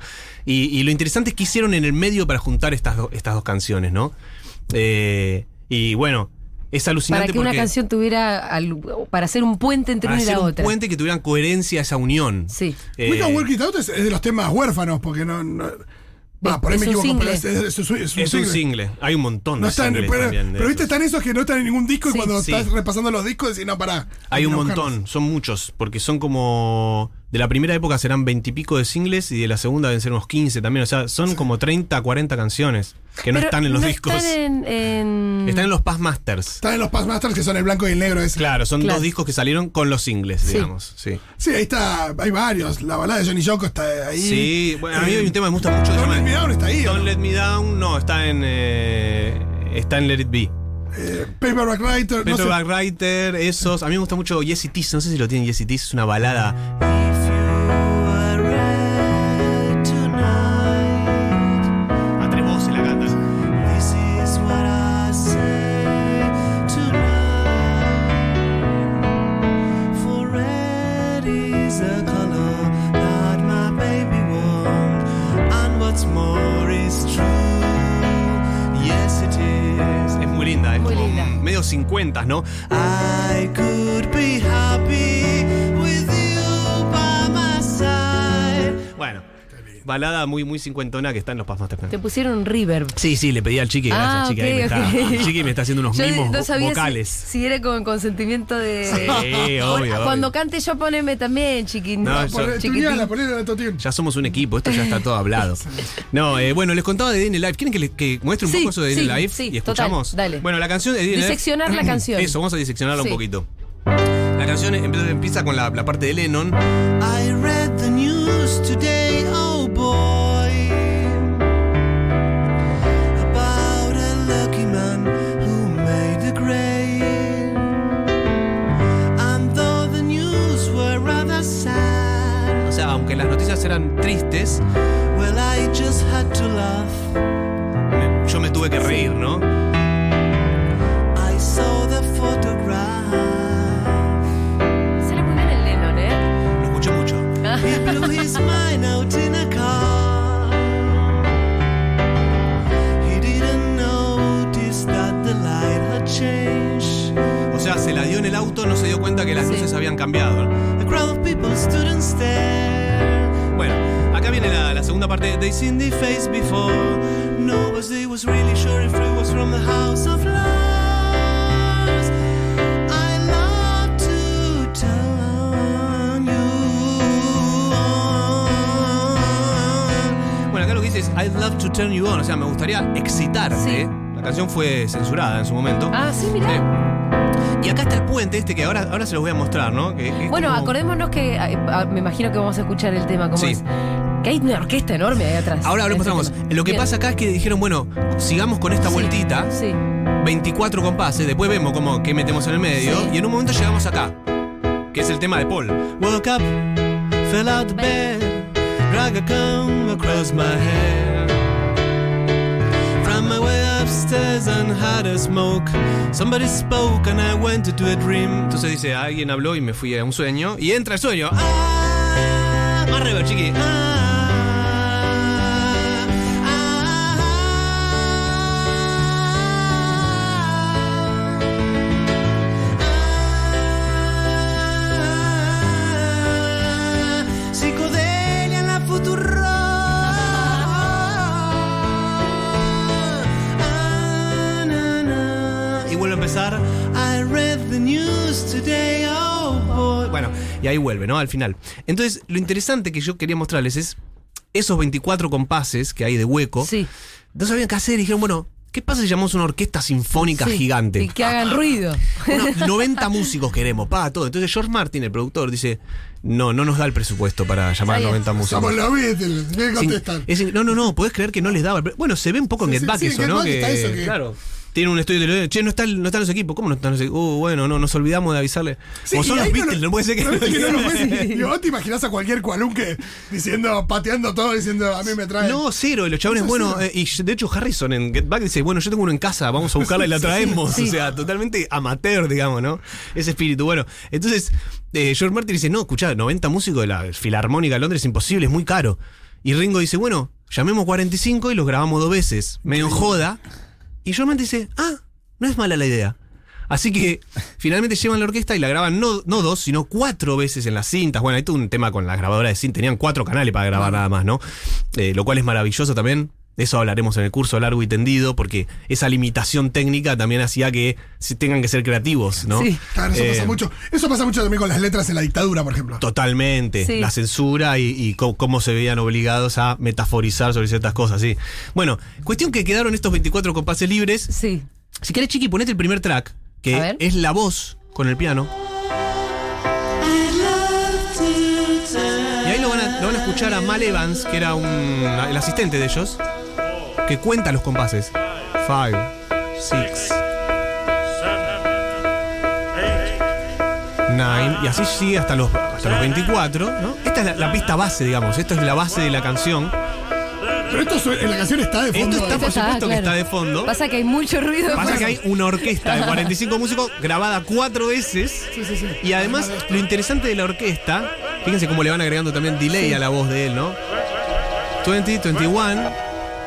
Y, y lo interesante es que hicieron en el medio para juntar estas, do- estas dos canciones, ¿no? Eh, y bueno, es alucinante
Para que una
porque-
canción tuviera al- para hacer un puente entre
para
una y
hacer
la
un
otra.
puente que tuvieran coherencia a esa unión.
Sí.
Eh,
We Can Work It Out es, es de los temas huérfanos, porque no, no- Va, por ahí
Es
me
un
equivoco, pero es,
single.
es- es un- es un
Es un
single.
single. Hay un montón
No
de
está en-
singles
pero,
también de
pero viste,
esos.
están esos que no están en ningún disco
Sí.
y cuando
Sí.
estás repasando los discos decís, no, pará.
Hay un
Mira,
montón,
buscarlos.
son muchos, porque son como. De la primera época serán veintipico de singles y de la segunda deben ser unos 15 también. O sea, son como 30, 40 canciones que no
Pero
están en los
no
discos.
Están en, en-
Están en los Past Masters.
Están en los Masters que son el blanco y el negro. ese.
Claro, son
Claro.
dos discos que salieron con los singles,
Sí.
digamos. Sí.
Sí, ahí está, hay varios. La balada de Johnny Yoko está ahí.
Sí, bueno, a mí
Eh,
hay un tema que me gusta mucho. que se
Don't Let
llama
Me Down está ahí. ¿o
Don't
no?
Let Me Down, no, está en. eh, está en Let It Be.
Eh, Paperback Writer. no sé.
Paperback Writer, esos. A mí me gusta mucho Yes It Is, no sé si lo tienen Yes It Is, es una balada. A tres voces la cantan. Es muy linda, es
Muy
como
linda.
medio 50, ¿no?
I could be happy with you by my side.
Bueno, balada muy, muy cincuentona que está en los Pastmasters.
Te pusieron un reverb.
Sí, sí, le pedí al chiqui,
Ah,
gracias, chiqui. ahí
ok,
me
ok.
está, chiqui me está haciendo unos
Yo
mimos
no
vo-
sabía si-
vocales.
Si, era con consentimiento de.
Sí,
Bueno,
obvio, obvio.
Cuando cante yo poneme también, chiquín.
No,
Pon-
yo-
Poné-
chiquitín.
tuneala, ponela en otro tiempo.
Ya somos un equipo, esto ya está todo hablado. No, eh, bueno, les contaba de Disney Live. ¿Quieren que, le- que muestre un
Sí,
poco eso de Disney
sí,
Live?
sí,
y escuchamos.
total, dale.
Bueno, la canción de Disney
Diseccionar la canción.
Eso, vamos a diseccionarla
Sí.
un poquito. La canción empieza, empieza con la, la parte de Lennon.
I read the news today, oh boy, about a lucky man who made the grave. And though the news were rather sad,
O sea, aunque las noticias eran tristes,
well, I just had to laugh.
me- yo me tuve que reír, ¿no?
I saw the photograph.
Sale muy bien el Lennon, ¿eh?
Lo escuché mucho.
Ah.
He blew his mind out in a car. He didn't notice that the light had changed.
O sea, se la dio en el auto, no se dio cuenta que las
Sí.
luces habían cambiado.
A crowd of people stood and stared.
Bueno, acá viene la, la segunda parte de
They'd seen the face before. Nobody was really sure if it was from the house of Lars. I love to turn you on.
Bueno, acá lo que dice es I'd love to turn you on, o sea, me gustaría excitarte.
Sí.
La canción fue censurada en su momento.
Ah, sí, mirá.
Eh, y acá está el puente este que ahora, ahora se los voy a mostrar, ¿no? Que- que es
Bueno,
como-
acordémonos que. eh, ah, Me imagino que vamos a escuchar el tema, ¿cómo
Sí.
es? Que hay una orquesta enorme ahí atrás.
Ahora lo
En ese
mostramos.
tema.
Lo que
Bien.
pasa acá es que dijeron, bueno, sigamos con esta
Sí.
vueltita,
Sí.
24 compases, después vemos cómo qué metemos en el medio,
Sí.
y en un momento llegamos acá, que es el tema de Paul.
Woke up, fell out the bed, drag a comb across my hair. Found my way upstairs and had a smoke. Somebody spoke and I went into a dream.
Entonces dice, alguien habló y me fui a un sueño, y entra el sueño. ¡Ah! Más reverb, chiqui. ¡Ah!
Ah, ah, ah. Psicodelia en la futuro.
Y vuelve a empezar.
I read the news today, oh boy.
Bueno, y ahí vuelve, ¿no? Al final. Entonces, lo interesante que yo quería mostrarles es esos 24 compases que hay de hueco.
Sí.
No sabían qué hacer y dijeron, bueno, ¿qué pasa si llamamos una orquesta sinfónica
Sí.
gigante?
Y que hagan ruido.
Bueno, 90 músicos queremos, para todo. Entonces, George Martin, el productor, dice, no, no nos da el presupuesto para llamar a
Está bien.
90
Somos
músicos.
los Beatles, ¿qué
Sin-
contestan?
es decir, no, no, no, podés creer que no les daba. el pre- Bueno, se ve un poco en
Sí,
Get
sí,
Back
sí, en
eso,
Get
¿no?
Back
que,
está eso que-
Claro. Tiene un estudio de televisión. Che, no están, no están los equipos. ¿Cómo no están los equipos? Uh, bueno, no, nos olvidamos de avisarle.
Sí,
Como
y
son los
ahí lo-
Beatles, no, puede ser que.
pero viste que no lo ves. Digo, ¿vos te imaginás a cualquier cualunque diciendo, pateando todo, diciendo, a mí me trae?
No, cero. Y los chabones,
Eso
bueno,
cero.
eh, y de hecho Harrison en Get Back dice, bueno, yo tengo uno en casa, vamos a buscarla y la traemos.
Sí.
O sea, totalmente amateur, digamos, ¿no? Ese espíritu. Bueno, entonces, eh, George Martin dice, no, escuchá, 90 músicos de la Filarmónica de Londres es imposible, es muy caro. Y Ringo dice, bueno, llamemos 45 y los grabamos dos veces. Medio en joda. Y George Martin dice, ah, no es mala la idea. Así que finalmente llevan la orquesta y la graban no, no dos, sino cuatro veces en las cintas. Bueno, hay todo un tema con las grabadoras de cinta. Tenían cuatro canales para grabar nada más, ¿no? Eh, lo cual es maravilloso también. De eso hablaremos en el curso largo y tendido, porque esa limitación técnica también hacía que se tengan que ser creativos, ¿no?
Sí.
Claro, eso
Eh,
pasa mucho. Eso pasa mucho también con las letras en la dictadura, por ejemplo.
Totalmente.
Sí.
La censura y, y co- cómo se veían obligados a metaforizar sobre ciertas cosas, sí. Bueno, cuestión que quedaron estos 24 compases libres.
Sí.
Si querés, Chiqui, ponete el primer track,
A
que
ver.
es la voz con el piano. Y ahí lo van, a, lo van a escuchar a Mal Evans, que era un, el asistente de ellos, que cuenta los compases. Five, six, Nine, y así sigue hasta los, hasta los 24, ¿no? Esta es la, la pista base, digamos, esto es la base de la canción.
Pero esto su- en la canción está de fondo.
Esto está,
¿eh?
por
Esto
supuesto, que
claro.
está de fondo.
Pasa que hay mucho ruido. pues. de
Pasa
fondo.
que hay una orquesta de 45 músicos grabada cuatro veces.
Sí, sí, sí.
Y además, lo interesante de la orquesta, fíjense cómo le van agregando también delay a la voz de él, ¿no? 20, 21.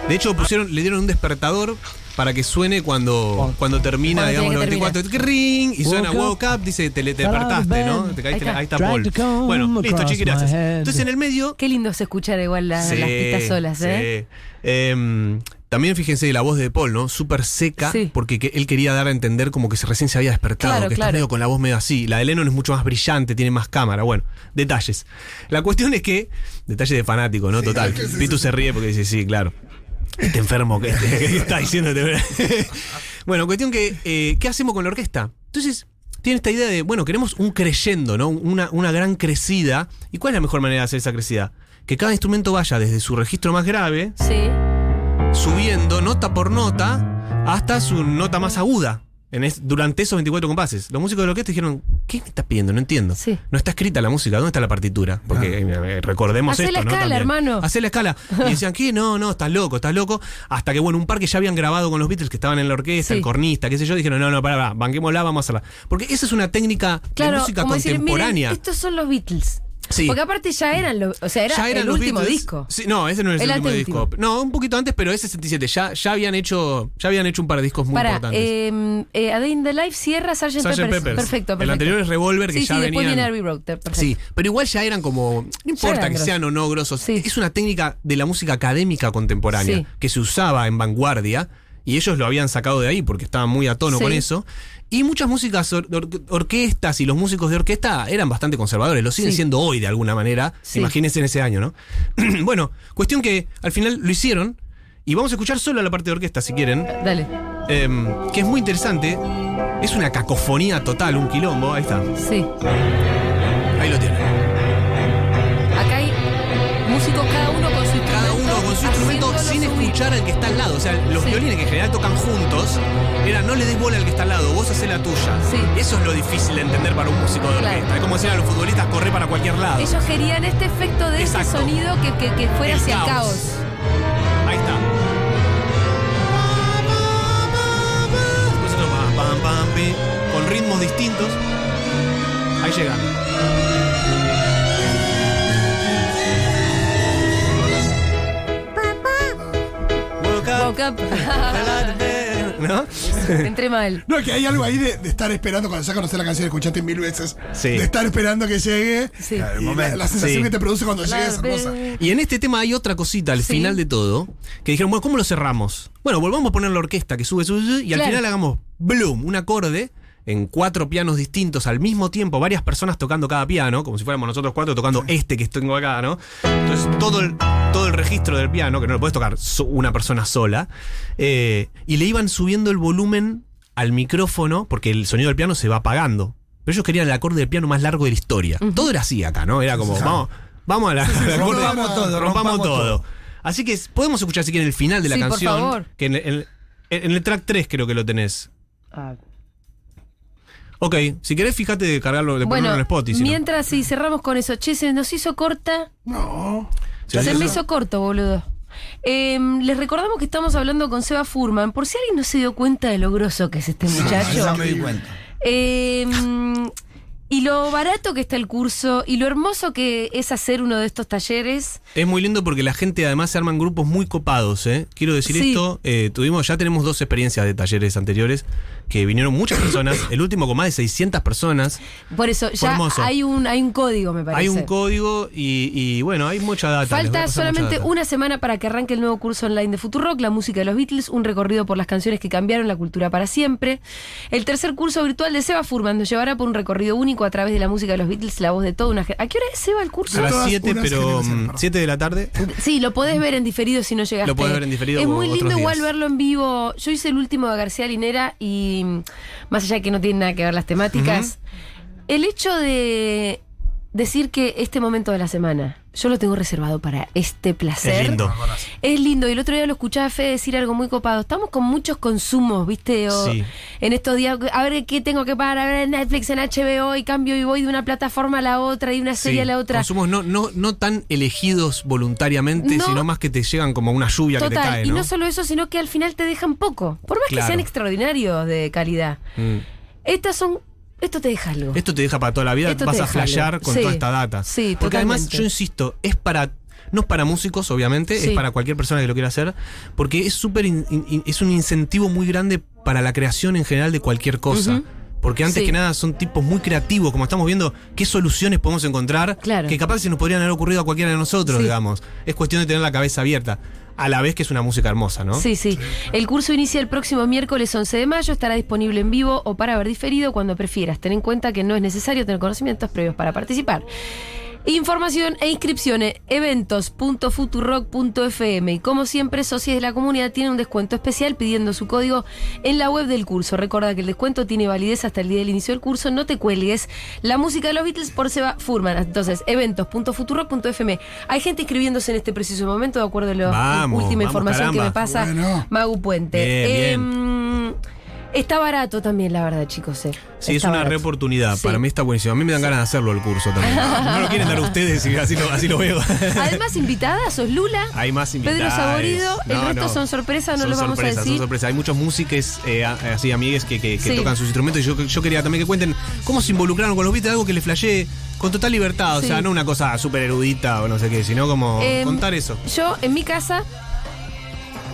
De hecho, pusieron, le dieron un despertador para que suene cuando, cuando termina,
Cuando
digamos,
tiene que
94. ring, y suena
Woke
Woke Up, dice, te, le- te despertaste, ¿no? Te caíste,
Ahí está.
ahí está Paul.
Tried to come
Bueno, listo,
across
chiqui, gracias.
my head.
Entonces, en el medio...
Qué lindo es escuchar igual la-
Sí,
las pistas solas, ¿eh?
sí. Em, también fíjense la voz de Paul, ¿no? Súper seca,
Sí.
porque que- él quería dar a entender como que se recién se había despertado,
Claro,
que está
claro.
medio con la voz medio así. La de Lennon es mucho más brillante, tiene más cámara. Bueno, detalles. La cuestión es que, detalle de fanático, ¿no? Total.
sí, sí,
Pitu se ríe porque dice, sí, claro. Este enfermo que, que está diciéndote. bueno, cuestión que, eh, ¿qué hacemos con la orquesta? Entonces, tiene esta idea de, bueno, queremos un creyendo, ¿no? Una, una gran crecida. ¿Y cuál es la mejor manera de hacer esa crecida? Que cada instrumento vaya desde su registro más grave,
Sí.
subiendo nota por nota, hasta su nota más aguda. En es- durante esos 24 compases. Los músicos de la orquesta dijeron, ¿qué me estás pidiendo? No entiendo.
Sí.
No está escrita la música, ¿dónde está la partitura? Porque eh, recordemos
Hacé la
esto, ¿no?
escala,
También.
hermano.
Hacé la escala. Y decían, ¿qué? No, no, estás loco, estás loco. Hasta que, bueno, un par que ya habían grabado con los Beatles, que estaban en la
Sí.
orquesta, el cornista, qué sé yo, dijeron, no, no, pará, pará, banquémosla, vamos a hacerla. Porque esa es una técnica de
Claro,
música
como decir,
contemporánea.
miren, estos son los Beatles.
Sí.
Porque aparte ya eran los, o sea, era
Ya eran
el
los
último
Beatles.
disco.
Sí, no, ese no es el,
El
último
anteúltimo.
disco. No, un poquito antes, pero es 67. Ya, ya, habían hecho, ya habían hecho un par de discos muy
Para
importantes.
eh, eh, A Day in the Life cierra Sgt.
Sgt.
Peppers.
Peppers.
Perfecto, perfecto.
El anterior es Revolver, que
sí,
ya
sí, después
venían-
viene Abbey Road. eh, Perfecto.
Sí, pero igual ya eran como. No importa
eran
que
grosos.
sean o no grosos.
Sí.
Es una técnica de la música académica contemporánea
Sí.
que se usaba en vanguardia y ellos lo habían sacado de ahí porque estaban muy a tono
Sí.
con eso. Y muchas músicas, or- or- orquestas y los músicos de orquesta eran bastante conservadores. Lo siguen
Sí.
siendo hoy de alguna manera.
Sí.
Imagínense en ese año, ¿no? bueno, cuestión que al final lo hicieron. Y vamos a escuchar solo la parte de orquesta si quieren.
Dale.
em, que es muy interesante. Es una cacofonía total, un quilombo. Ahí está.
Sí.
Ahí lo tienen.
Acá hay músicos cada uno con su instrumento.
cada uno con su instrumento sin
haciéndolo subir.
escuchar al que está al lado. O sea, los
Sí.
violines que en general tocan juntos, era no le des bola al que está al lado, vos hacés la tuya.
Sí.
Eso es lo difícil de entender para un músico de
Claro.
orquesta. Es como decir a los futbolistas, corre para cualquier lado.
Ellos querían este efecto de ese
Exacto.
sonido que, que- que fuera
El
hacia el
caos.
caos.
Ahí está. Después otro pam, pam, pam, pi, con ritmos distintos. Ahí llegan.
Woke up,
Woke up.
fell out of bed.
¿No?
Entré mal.
No, que hay algo ahí de, de estar esperando, cuando ya conoces la canción, escuchaste mil veces,
Sí.
de estar esperando que llegue.
Sí.
Y
Claro,
el
la-
momento.
la, sensación
Sí.
que te produce cuando
La
llega es hermosa.
vez-
Y en este tema hay otra cosita al
Sí.
final de todo, que dijeron, bueno, ¿cómo lo cerramos? Bueno, volvamos a poner la orquesta que sube, sube, sube, y al
Claro.
final hagamos bloom, un acorde en cuatro pianos distintos al mismo tiempo, varias personas tocando cada piano, como si fuéramos nosotros cuatro tocando este que tengo acá, ¿no? Entonces todo el, todo el registro del piano, que no lo puedes tocar so- una persona sola, eh, y le iban subiendo el volumen al micrófono, porque el sonido del piano se va apagando. Pero ellos querían el acorde del piano más largo de la historia. Todo era así acá, ¿no? Era como, vamos, vamos a la, al acorde
rompamos
de la-
todo,
rompamos
rompamos
todo.
todo.
Así que podemos escuchar si quieren el final de la
Sí, por
canción.
favor.
Que en, el- en- en el track 3 creo que lo tenés.
Ah.
Ok, si querés, fíjate de cargarlo, de
Bueno,
ponerlo en Spotify. si no.
mientras sí, cerramos con eso, che, se nos hizo corta.
No.
Sí,
se
sí,
me
sí.
hizo corto, boludo. Eh, les recordamos que estamos hablando con Seba Furman, por si alguien no se dio cuenta de lo groso que es este muchacho.
Ya me di cuenta.
Eh, y lo barato que está el curso y lo hermoso que es hacer uno de estos talleres.
Es muy lindo porque la gente además se arman grupos muy copados, ¿eh? Quiero decir
Sí.
esto, eh, tuvimos, ya tenemos dos experiencias de talleres anteriores que vinieron muchas personas, el último con más de 600 personas.
Por eso, ya
hermoso.
hay un, hay un código, me parece.
Hay un código y, y, bueno, hay mucha data. les voy a
Falta
pasar mucha
solamente
data.
una semana para que arranque el nuevo curso online de Futurock, la música de los Beatles, un recorrido por las canciones que cambiaron la cultura para siempre. El tercer curso virtual de Seba Furman nos llevará por un recorrido único a través de la música de los Beatles, la voz de toda una... gen- ¿A qué hora es Seba el curso?
A las
Todas
7,
unas
pero
generaciones,
mm,
perdón.
7 de la tarde.
Sí, lo podés ver en diferido si no llegaste.
Lo podés ver en diferido
Es
o
muy
otros
lindo igual
días.
verlo en vivo. Yo hice el último de García Linera y mm, más allá de que no tiene nada que ver las temáticas, el hecho de decir que este momento de la semana yo lo tengo reservado para este placer.
Es lindo.
Es lindo, y el otro día lo escuchaba a Fede decir algo muy copado. Estamos con muchos consumos, ¿viste? O
Sí.
En estos días, a ver qué tengo que pagar, a ver Netflix, en HBO, y cambio y voy de una plataforma a la otra, y de una serie
Sí,
a la otra.
Consumos no, no, no tan elegidos voluntariamente,
No.
sino más que te llegan como una lluvia que te
Total,
cae,
y
¿no?
no solo eso, sino que al final te dejan poco. Por más que
Claro.
sean extraordinarios de calidad.
Mm.
Estas son. Esto te deja algo.
Esto te deja para toda la vida,
Esto
vas
te
a
deja algo.
flashear con
Sí,
toda esta data.
sí,
Porque además,
totalmente.
yo insisto, es para. No es para músicos, obviamente,
Sí.
es para cualquier persona que lo quiera hacer, porque es súper in- in- in- es un incentivo muy grande para la creación en general de cualquier cosa.
Ujú.
Porque antes
Sí.
que nada son tipos muy creativos, como estamos viendo, qué soluciones podemos encontrar
Claro.
que capaz se nos podrían haber ocurrido a cualquiera de nosotros,
Sí.
digamos. Es cuestión de tener la cabeza abierta, a la vez que es una música hermosa, ¿no?
Sí, sí. El curso inicia el próximo miércoles 11 de mayo, estará disponible en vivo o para haber diferido cuando prefieras. Ten en cuenta que no es necesario tener conocimientos previos para participar. Información e inscripciones eventos.futurock.fm y como siempre socios de la comunidad tienen un descuento especial pidiendo su código en la web del curso. Recuerda que el descuento tiene validez hasta el día del inicio del curso, no te cuelgues. La música de los Beatles por Seba Furman. Entonces, eventos.futurock.fm. Hay gente inscribiéndose en este preciso momento de acuerdo a la
Vamos,
última
vamos,
información que me
caramba.
pasa
Bueno.
Magu Puente.
Bien,
Em, Está barato también, la verdad, chicos. eh.
Sí, es
Está
una
barato.
re oportunidad.
Sí.
Para mí está buenísimo. A mí me dan ganas de hacerlo el curso también. No lo quieren dar ustedes, y así lo, así lo veo.
Además, invitada, sos Lula.
Hay más invitados.
Pedro Saborido, el
No,
resto
no.
son sorpresas, no
Son
los vamos
sorpresas,
a decir.
Son sorpresas. Hay muchos músicos, eh, a- así amigues, que, que- que
Sí.
tocan sus instrumentos. Y yo, yo quería también que cuenten cómo se involucraron con los Beatles, algo que les flasheé con total libertad. O
Sí.
sea, no una cosa súper erudita o no sé qué, sino como
Em,
contar eso.
Yo, en mi casa,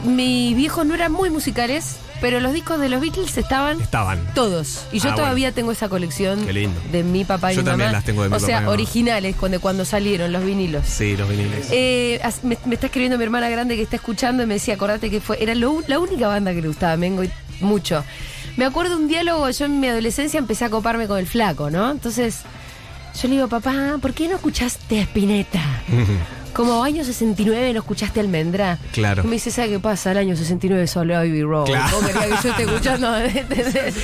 mis viejos no eran muy musicales, pero los discos de los Beatles estaban
Estaban.
todos. Y yo
Ah,
todavía tengo esa colección
Qué lindo.
de mi papá y
Yo
mi
también
mamá.
las tengo de mi
o
papá y
sea,
mi mamá.
originales, cuando, cuando salieron los vinilos.
Sí, los viniles.
Eh, as- me, me está escribiendo mi hermana grande que está escuchando y me decía, acordate que fue, era lo u- la única banda que le gustaba a Mengo y mucho. Me acuerdo un diálogo, yo en mi adolescencia empecé a coparme con el flaco, ¿no? Entonces, yo le digo, papá, ¿por qué no escuchaste a Spinetta? Como año 69 no escuchaste Almendra.
Claro.
Y me dice, ¿sabes qué pasa? El año 69 solo Ivy Road.
Claro.
¿Vos querías que yo esté escuchando? ¿Entendés?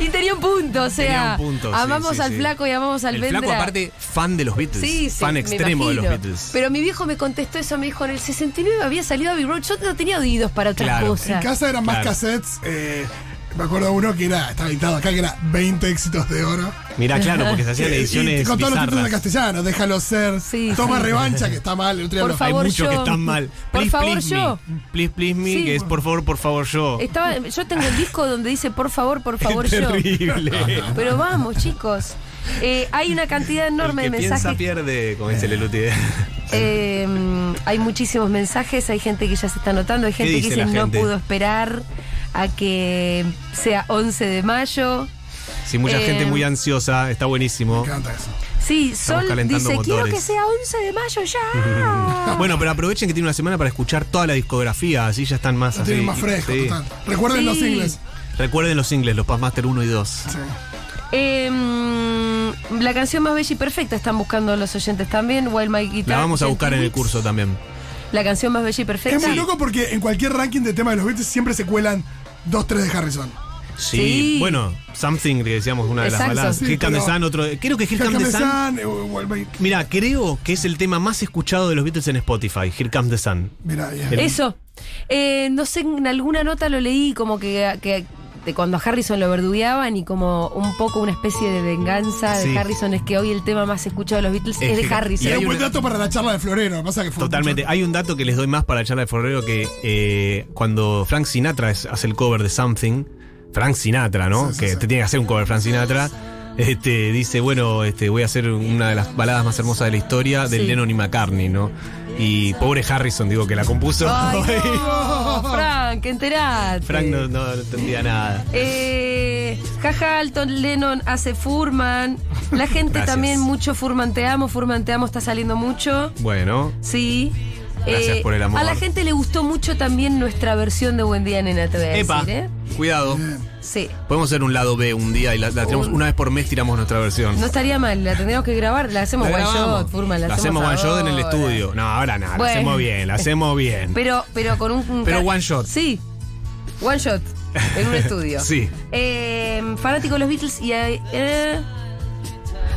y tenía un punto, o sea,
Tenía un punto, sí,
amamos
sí,
al
sí.
flaco y amamos al
El flaco,
Almendra.
aparte, fan de los Beatles.
Sí, sí,
fan
me
extremo de los
imagino.
Beatles.
Pero mi viejo me contestó eso, me dijo, en el 69 había salido Abbey Road, yo no tenía oídos para otras
Claro.
En
cosas.
casa eran más
Claro.
cassettes. eh, me acuerdo uno que era, estaba editado acá, que era 20 éxitos de oro.
Mirá, claro, porque se hacían
Eh, Y-
ediciones.
y con todos los
bizarras.
títulos en castellano, déjalo ser.
Sí,
toma
sí.
revancha, que está mal. El otro día
Por
lo-
favor.
Hay muchos
yo.
que están mal.
Por
Please,
favor,
please
yo.
me. Please, please me,
Sí.
que es por favor, por favor, yo.
Estaba, yo tengo el disco donde dice, por favor, por favor, yo.
Terrible.
Pero vamos, chicos. Eh, hay una cantidad enorme
El
de
que
mensajes.
piensa pierde, como dice Leluti.
Eh, hay muchísimos mensajes, hay gente que ya se está anotando, hay gente que
dice
dice
la
no
gente?
pudo esperar a que sea 11 de mayo.
Sí, mucha
Eh,
gente muy ansiosa, está buenísimo.
Me encanta eso.
Sí,
Estamos
Sol dice,
calentando
quiero
motores".
que sea 11 de mayo ya.
Bueno, pero aprovechen que tiene una semana para escuchar toda la discografía, así ya están más
Lo
así.
tienen más fresco,
Sí.
total. Recuerden los
Sí.
singles.
Recuerden los singles, los Master 1 y 2.
Sí.
Eh, la canción más bella y perfecta están buscando los oyentes también. While My Guitar.
La vamos a
Gently
buscar en el
Weeps.
curso también.
La canción más bella y perfecta.
Es muy loco porque en cualquier ranking de temas de los Beatles siempre se cuelan dos, tres de Harrison.
Sí.
Sí.
Bueno, Something, que decíamos, una de las
Exacto.
baladas.
Sí,
Gil
pero-
Candesán, otro. Creo que Gil
Here Comes the
Candesán.
Sun, eh, Wellman.
Mira, creo que es el tema más escuchado de los Beatles en Spotify, Here Comes the Sun.
Mirá, bien.
El-
Eso. Eh, no sé, en alguna nota lo leí como que, que de cuando a Harrison lo verdugueaban y como un poco una especie de venganza
Sí.
de Harrison es que hoy el tema más escuchado de los Beatles
Es
es,
que-
de
y
Harrison.
Era
hay
un buen
una-
dato para la charla de Florero. Pasa que fue
Totalmente.
mucho-
Hay un dato que les doy más para la charla de Forrero que eh, cuando Frank Sinatra es- hace el cover de Something, Frank Sinatra, ¿no?
Sí, sí,
que
sí.
te tiene que hacer un cover Frank Sinatra. este, dice, bueno, este, voy a hacer una de las baladas más hermosas de la historia del
Sí.
Lennon y McCartney, ¿no? Y pobre Harrison, digo, que la compuso.
Ay, no, Frank, enterate.
Frank no, no entendía nada.
Eh, jaja, Alton Lennon hace Furman. La gente
Gracias.
también mucho Furman te amo, Furman te amo está saliendo mucho.
Bueno,
Sí. Eh,
Gracias por el amor.
A la gente le gustó mucho también nuestra versión de Buen Día Nena, te voy a
epa,
decir, ¿eh?
cuidado.
Sí.
Podemos hacer un lado B un día y la, la tiramos- una vez por mes tiramos nuestra versión.
Oh. No estaría mal, la tendríamos que grabar, la hacemos
La
one
grabamos.
shot, Furman, la,
La hacemos one shot en el
ahora.
estudio. No, ahora nada, la
Bueno.
hacemos bien, la hacemos bien.
Pero, pero con un. un
Pero
ca-
one shot.
Sí. One shot. En un estudio.
Sí.
Eh, fanático de los Beatles y. eh, eh.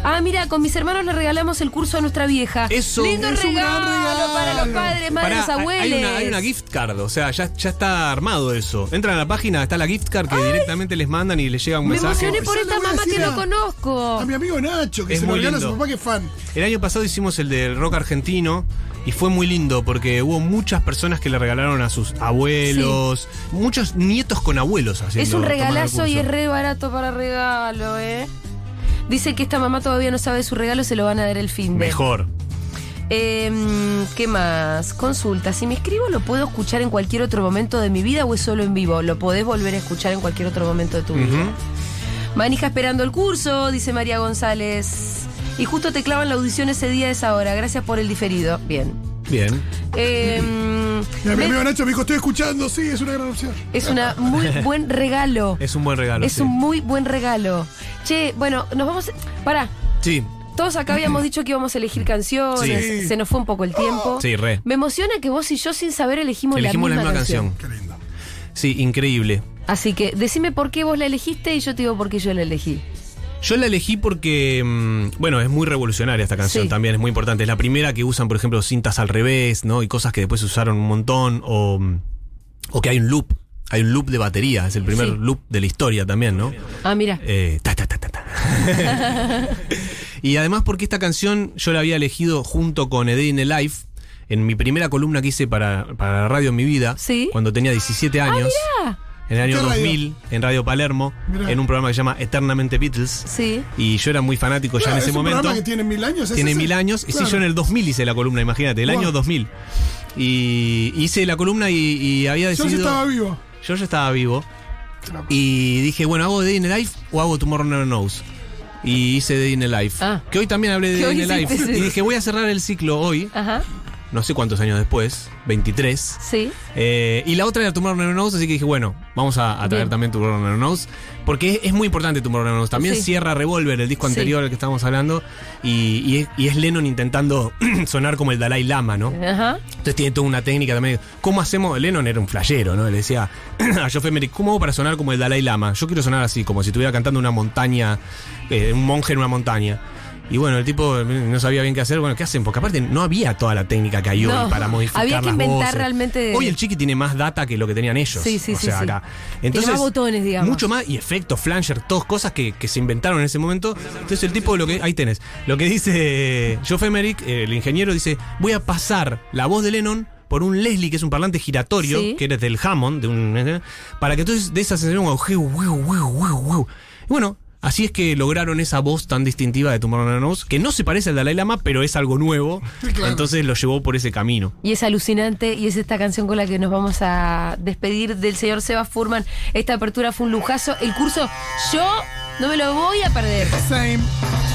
Ah, mira, con mis hermanos le regalamos el curso a nuestra vieja.
Eso,
Lindo
es un
regalo,
gran regalo.
para los padres, madres,
Pará, hay-
abuelos.
Hay una, hay una gift card, o sea, ya, ya está armado eso. Entran a la página, está la gift card que directamente les mandan y les llega un
Me
mensaje.
emocioné por
Eso
esta
le voy a
mamá que
decir
no
a-
conozco.
A mi amigo Nacho, que
Es
se lo
muy
regala a su
lindo.
papá que es fan.
El año pasado hicimos el del rock argentino y fue muy lindo porque hubo muchas personas que le regalaron a sus abuelos, muchos nietos con abuelos haciendo
Es un
tomando el
regalazo y
curso.
es re barato para regalo, ¿eh? Dice que esta mamá todavía no sabe su regalo, se lo van a dar el fin de.
Mejor.
Em, ¿Qué más? Consulta. Si me escribo, ¿lo puedo escuchar en cualquier otro momento de mi vida o es solo en vivo? ¿Lo podés volver a escuchar en cualquier otro momento de tu vida? Manija esperando el curso, dice María González. Y justo te clavan la audición ese día a esa hora. Gracias por el diferido. Bien.
Bien.
Em,
Y a mi
me-
amigo Nacho me dijo, estoy escuchando, sí, es una gran opción.
es una muy buen regalo.
Es un buen regalo.
Es
sí.
un muy buen regalo. Che, bueno, nos vamos. Pará.
Sí.
Todos acá habíamos dicho que íbamos a elegir canciones.
Sí.
Se nos fue un poco el tiempo.
Sí, re.
Me emociona que vos y yo, sin saber, elegimos,
Elegimos
la misma, canción.
Qué lindo.
Sí, increíble.
Así que decime por qué vos la elegiste y yo te digo por qué yo la elegí.
Yo la elegí porque, mm, bueno, es muy revolucionaria esta canción
Sí.
también, es muy importante. Es la primera que usan, por ejemplo, cintas al revés, ¿no? Y cosas que después se usaron un montón, o, mm, o que hay un loop, hay un loop de batería, es el primer
Sí.
loop de la historia también, ¿no?
Ah, mira.
Eh, ta, ta, ta, ta, ta. y además porque esta canción yo la había elegido junto con Edine Life en mi primera columna que hice para, para la radio en mi vida,
Sí.
cuando tenía 17 años,
Ah,
en el año
¿Qué radio?
2000, en Radio Palermo,
Mirá.
en un programa que se llama Eternamente Beatles.
sí.
Y yo era muy fanático ya
Claro,
en ese
es un
momento.
programa que tiene mil años. ¿es
Tiene
ese?
mil años. Y
Claro.
sí, yo en el 2000 hice la columna, imagínate, el
Wow.
año 2000. Y hice la columna y, y había
Yo sí
decidido.
estaba vivo.
yo ya estaba vivo. Y dije, bueno, ¿hago Day in the Life o hago Tomorrow Never Knows? Y hice Day in the Life.
Ah.
Que hoy también hablé de
Que
Day in
hoy
the Life.
hiciste ese.
Y dije, voy a cerrar el ciclo hoy,
Ajá.
no sé cuántos años después, 23.
Sí.
Eh, y la otra era Tomorrow Never Knows, así que dije, bueno, vamos a, a traer
Bien.
también Tomorrow Never Knows, porque es, es muy importante Tomorrow Never Knows. También
Sí.
cierra Revolver, el disco
Sí.
anterior al que estábamos hablando, y, y es, y es Lennon intentando sonar como el Dalai Lama, ¿no?
Ajá.
Entonces tiene toda una técnica también. ¿Cómo hacemos? Lennon era un flashero, ¿no? Le decía a Joe Fenwick, ¿cómo hago para sonar como el Dalai Lama? Yo quiero sonar así, como si estuviera cantando en una montaña, eh, un monje en una montaña. Y bueno, el tipo eh, no sabía bien qué hacer. Bueno, ¿qué hacen? Porque aparte no había toda la técnica que hay hoy
No,
para modificar
había que
las
inventar
voces.
realmente-
Hoy el chiqui tiene más data que lo que tenían ellos.
Sí, sí,
o
sí,
sea,
sí.
acá.
Tiene más botones, digamos.
Mucho más y efectos, flanger, todas cosas que, que se inventaron en ese momento. Entonces el tipo, lo que ahí tenés, lo que dice Joe Emerick, eh, el ingeniero, dice, voy a pasar la voz de Lennon por un Leslie, que es un parlante giratorio,
Sí.
que eres del Hammond, de un, eh, para que entonces de esa sensación, como, "Jiu, jiu, jiu, jiu, jiu". Y bueno, así es que lograron esa voz tan distintiva de Tomorrow Knows, que no se parece al Dalai Lama, pero es algo nuevo.
claro.
Entonces lo llevó por ese camino.
Y es alucinante y es esta canción con la que nos vamos a despedir del señor Seba Furman. Esta apertura fue un lujazo. El curso yo no me lo voy a perder.
Same.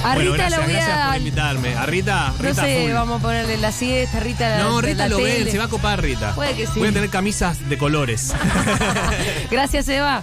A
bueno,
Rita
gracias,
la voy
gracias
a...
por invitarme. A Rita,
No
Rita
sé,
full.
vamos a ponerle la siesta, Rita la
No,
la
Rita lo ve,
tele.
se va a copar Rita.
Puede que sí.
Voy a tener camisas de colores.
Gracias, Eva.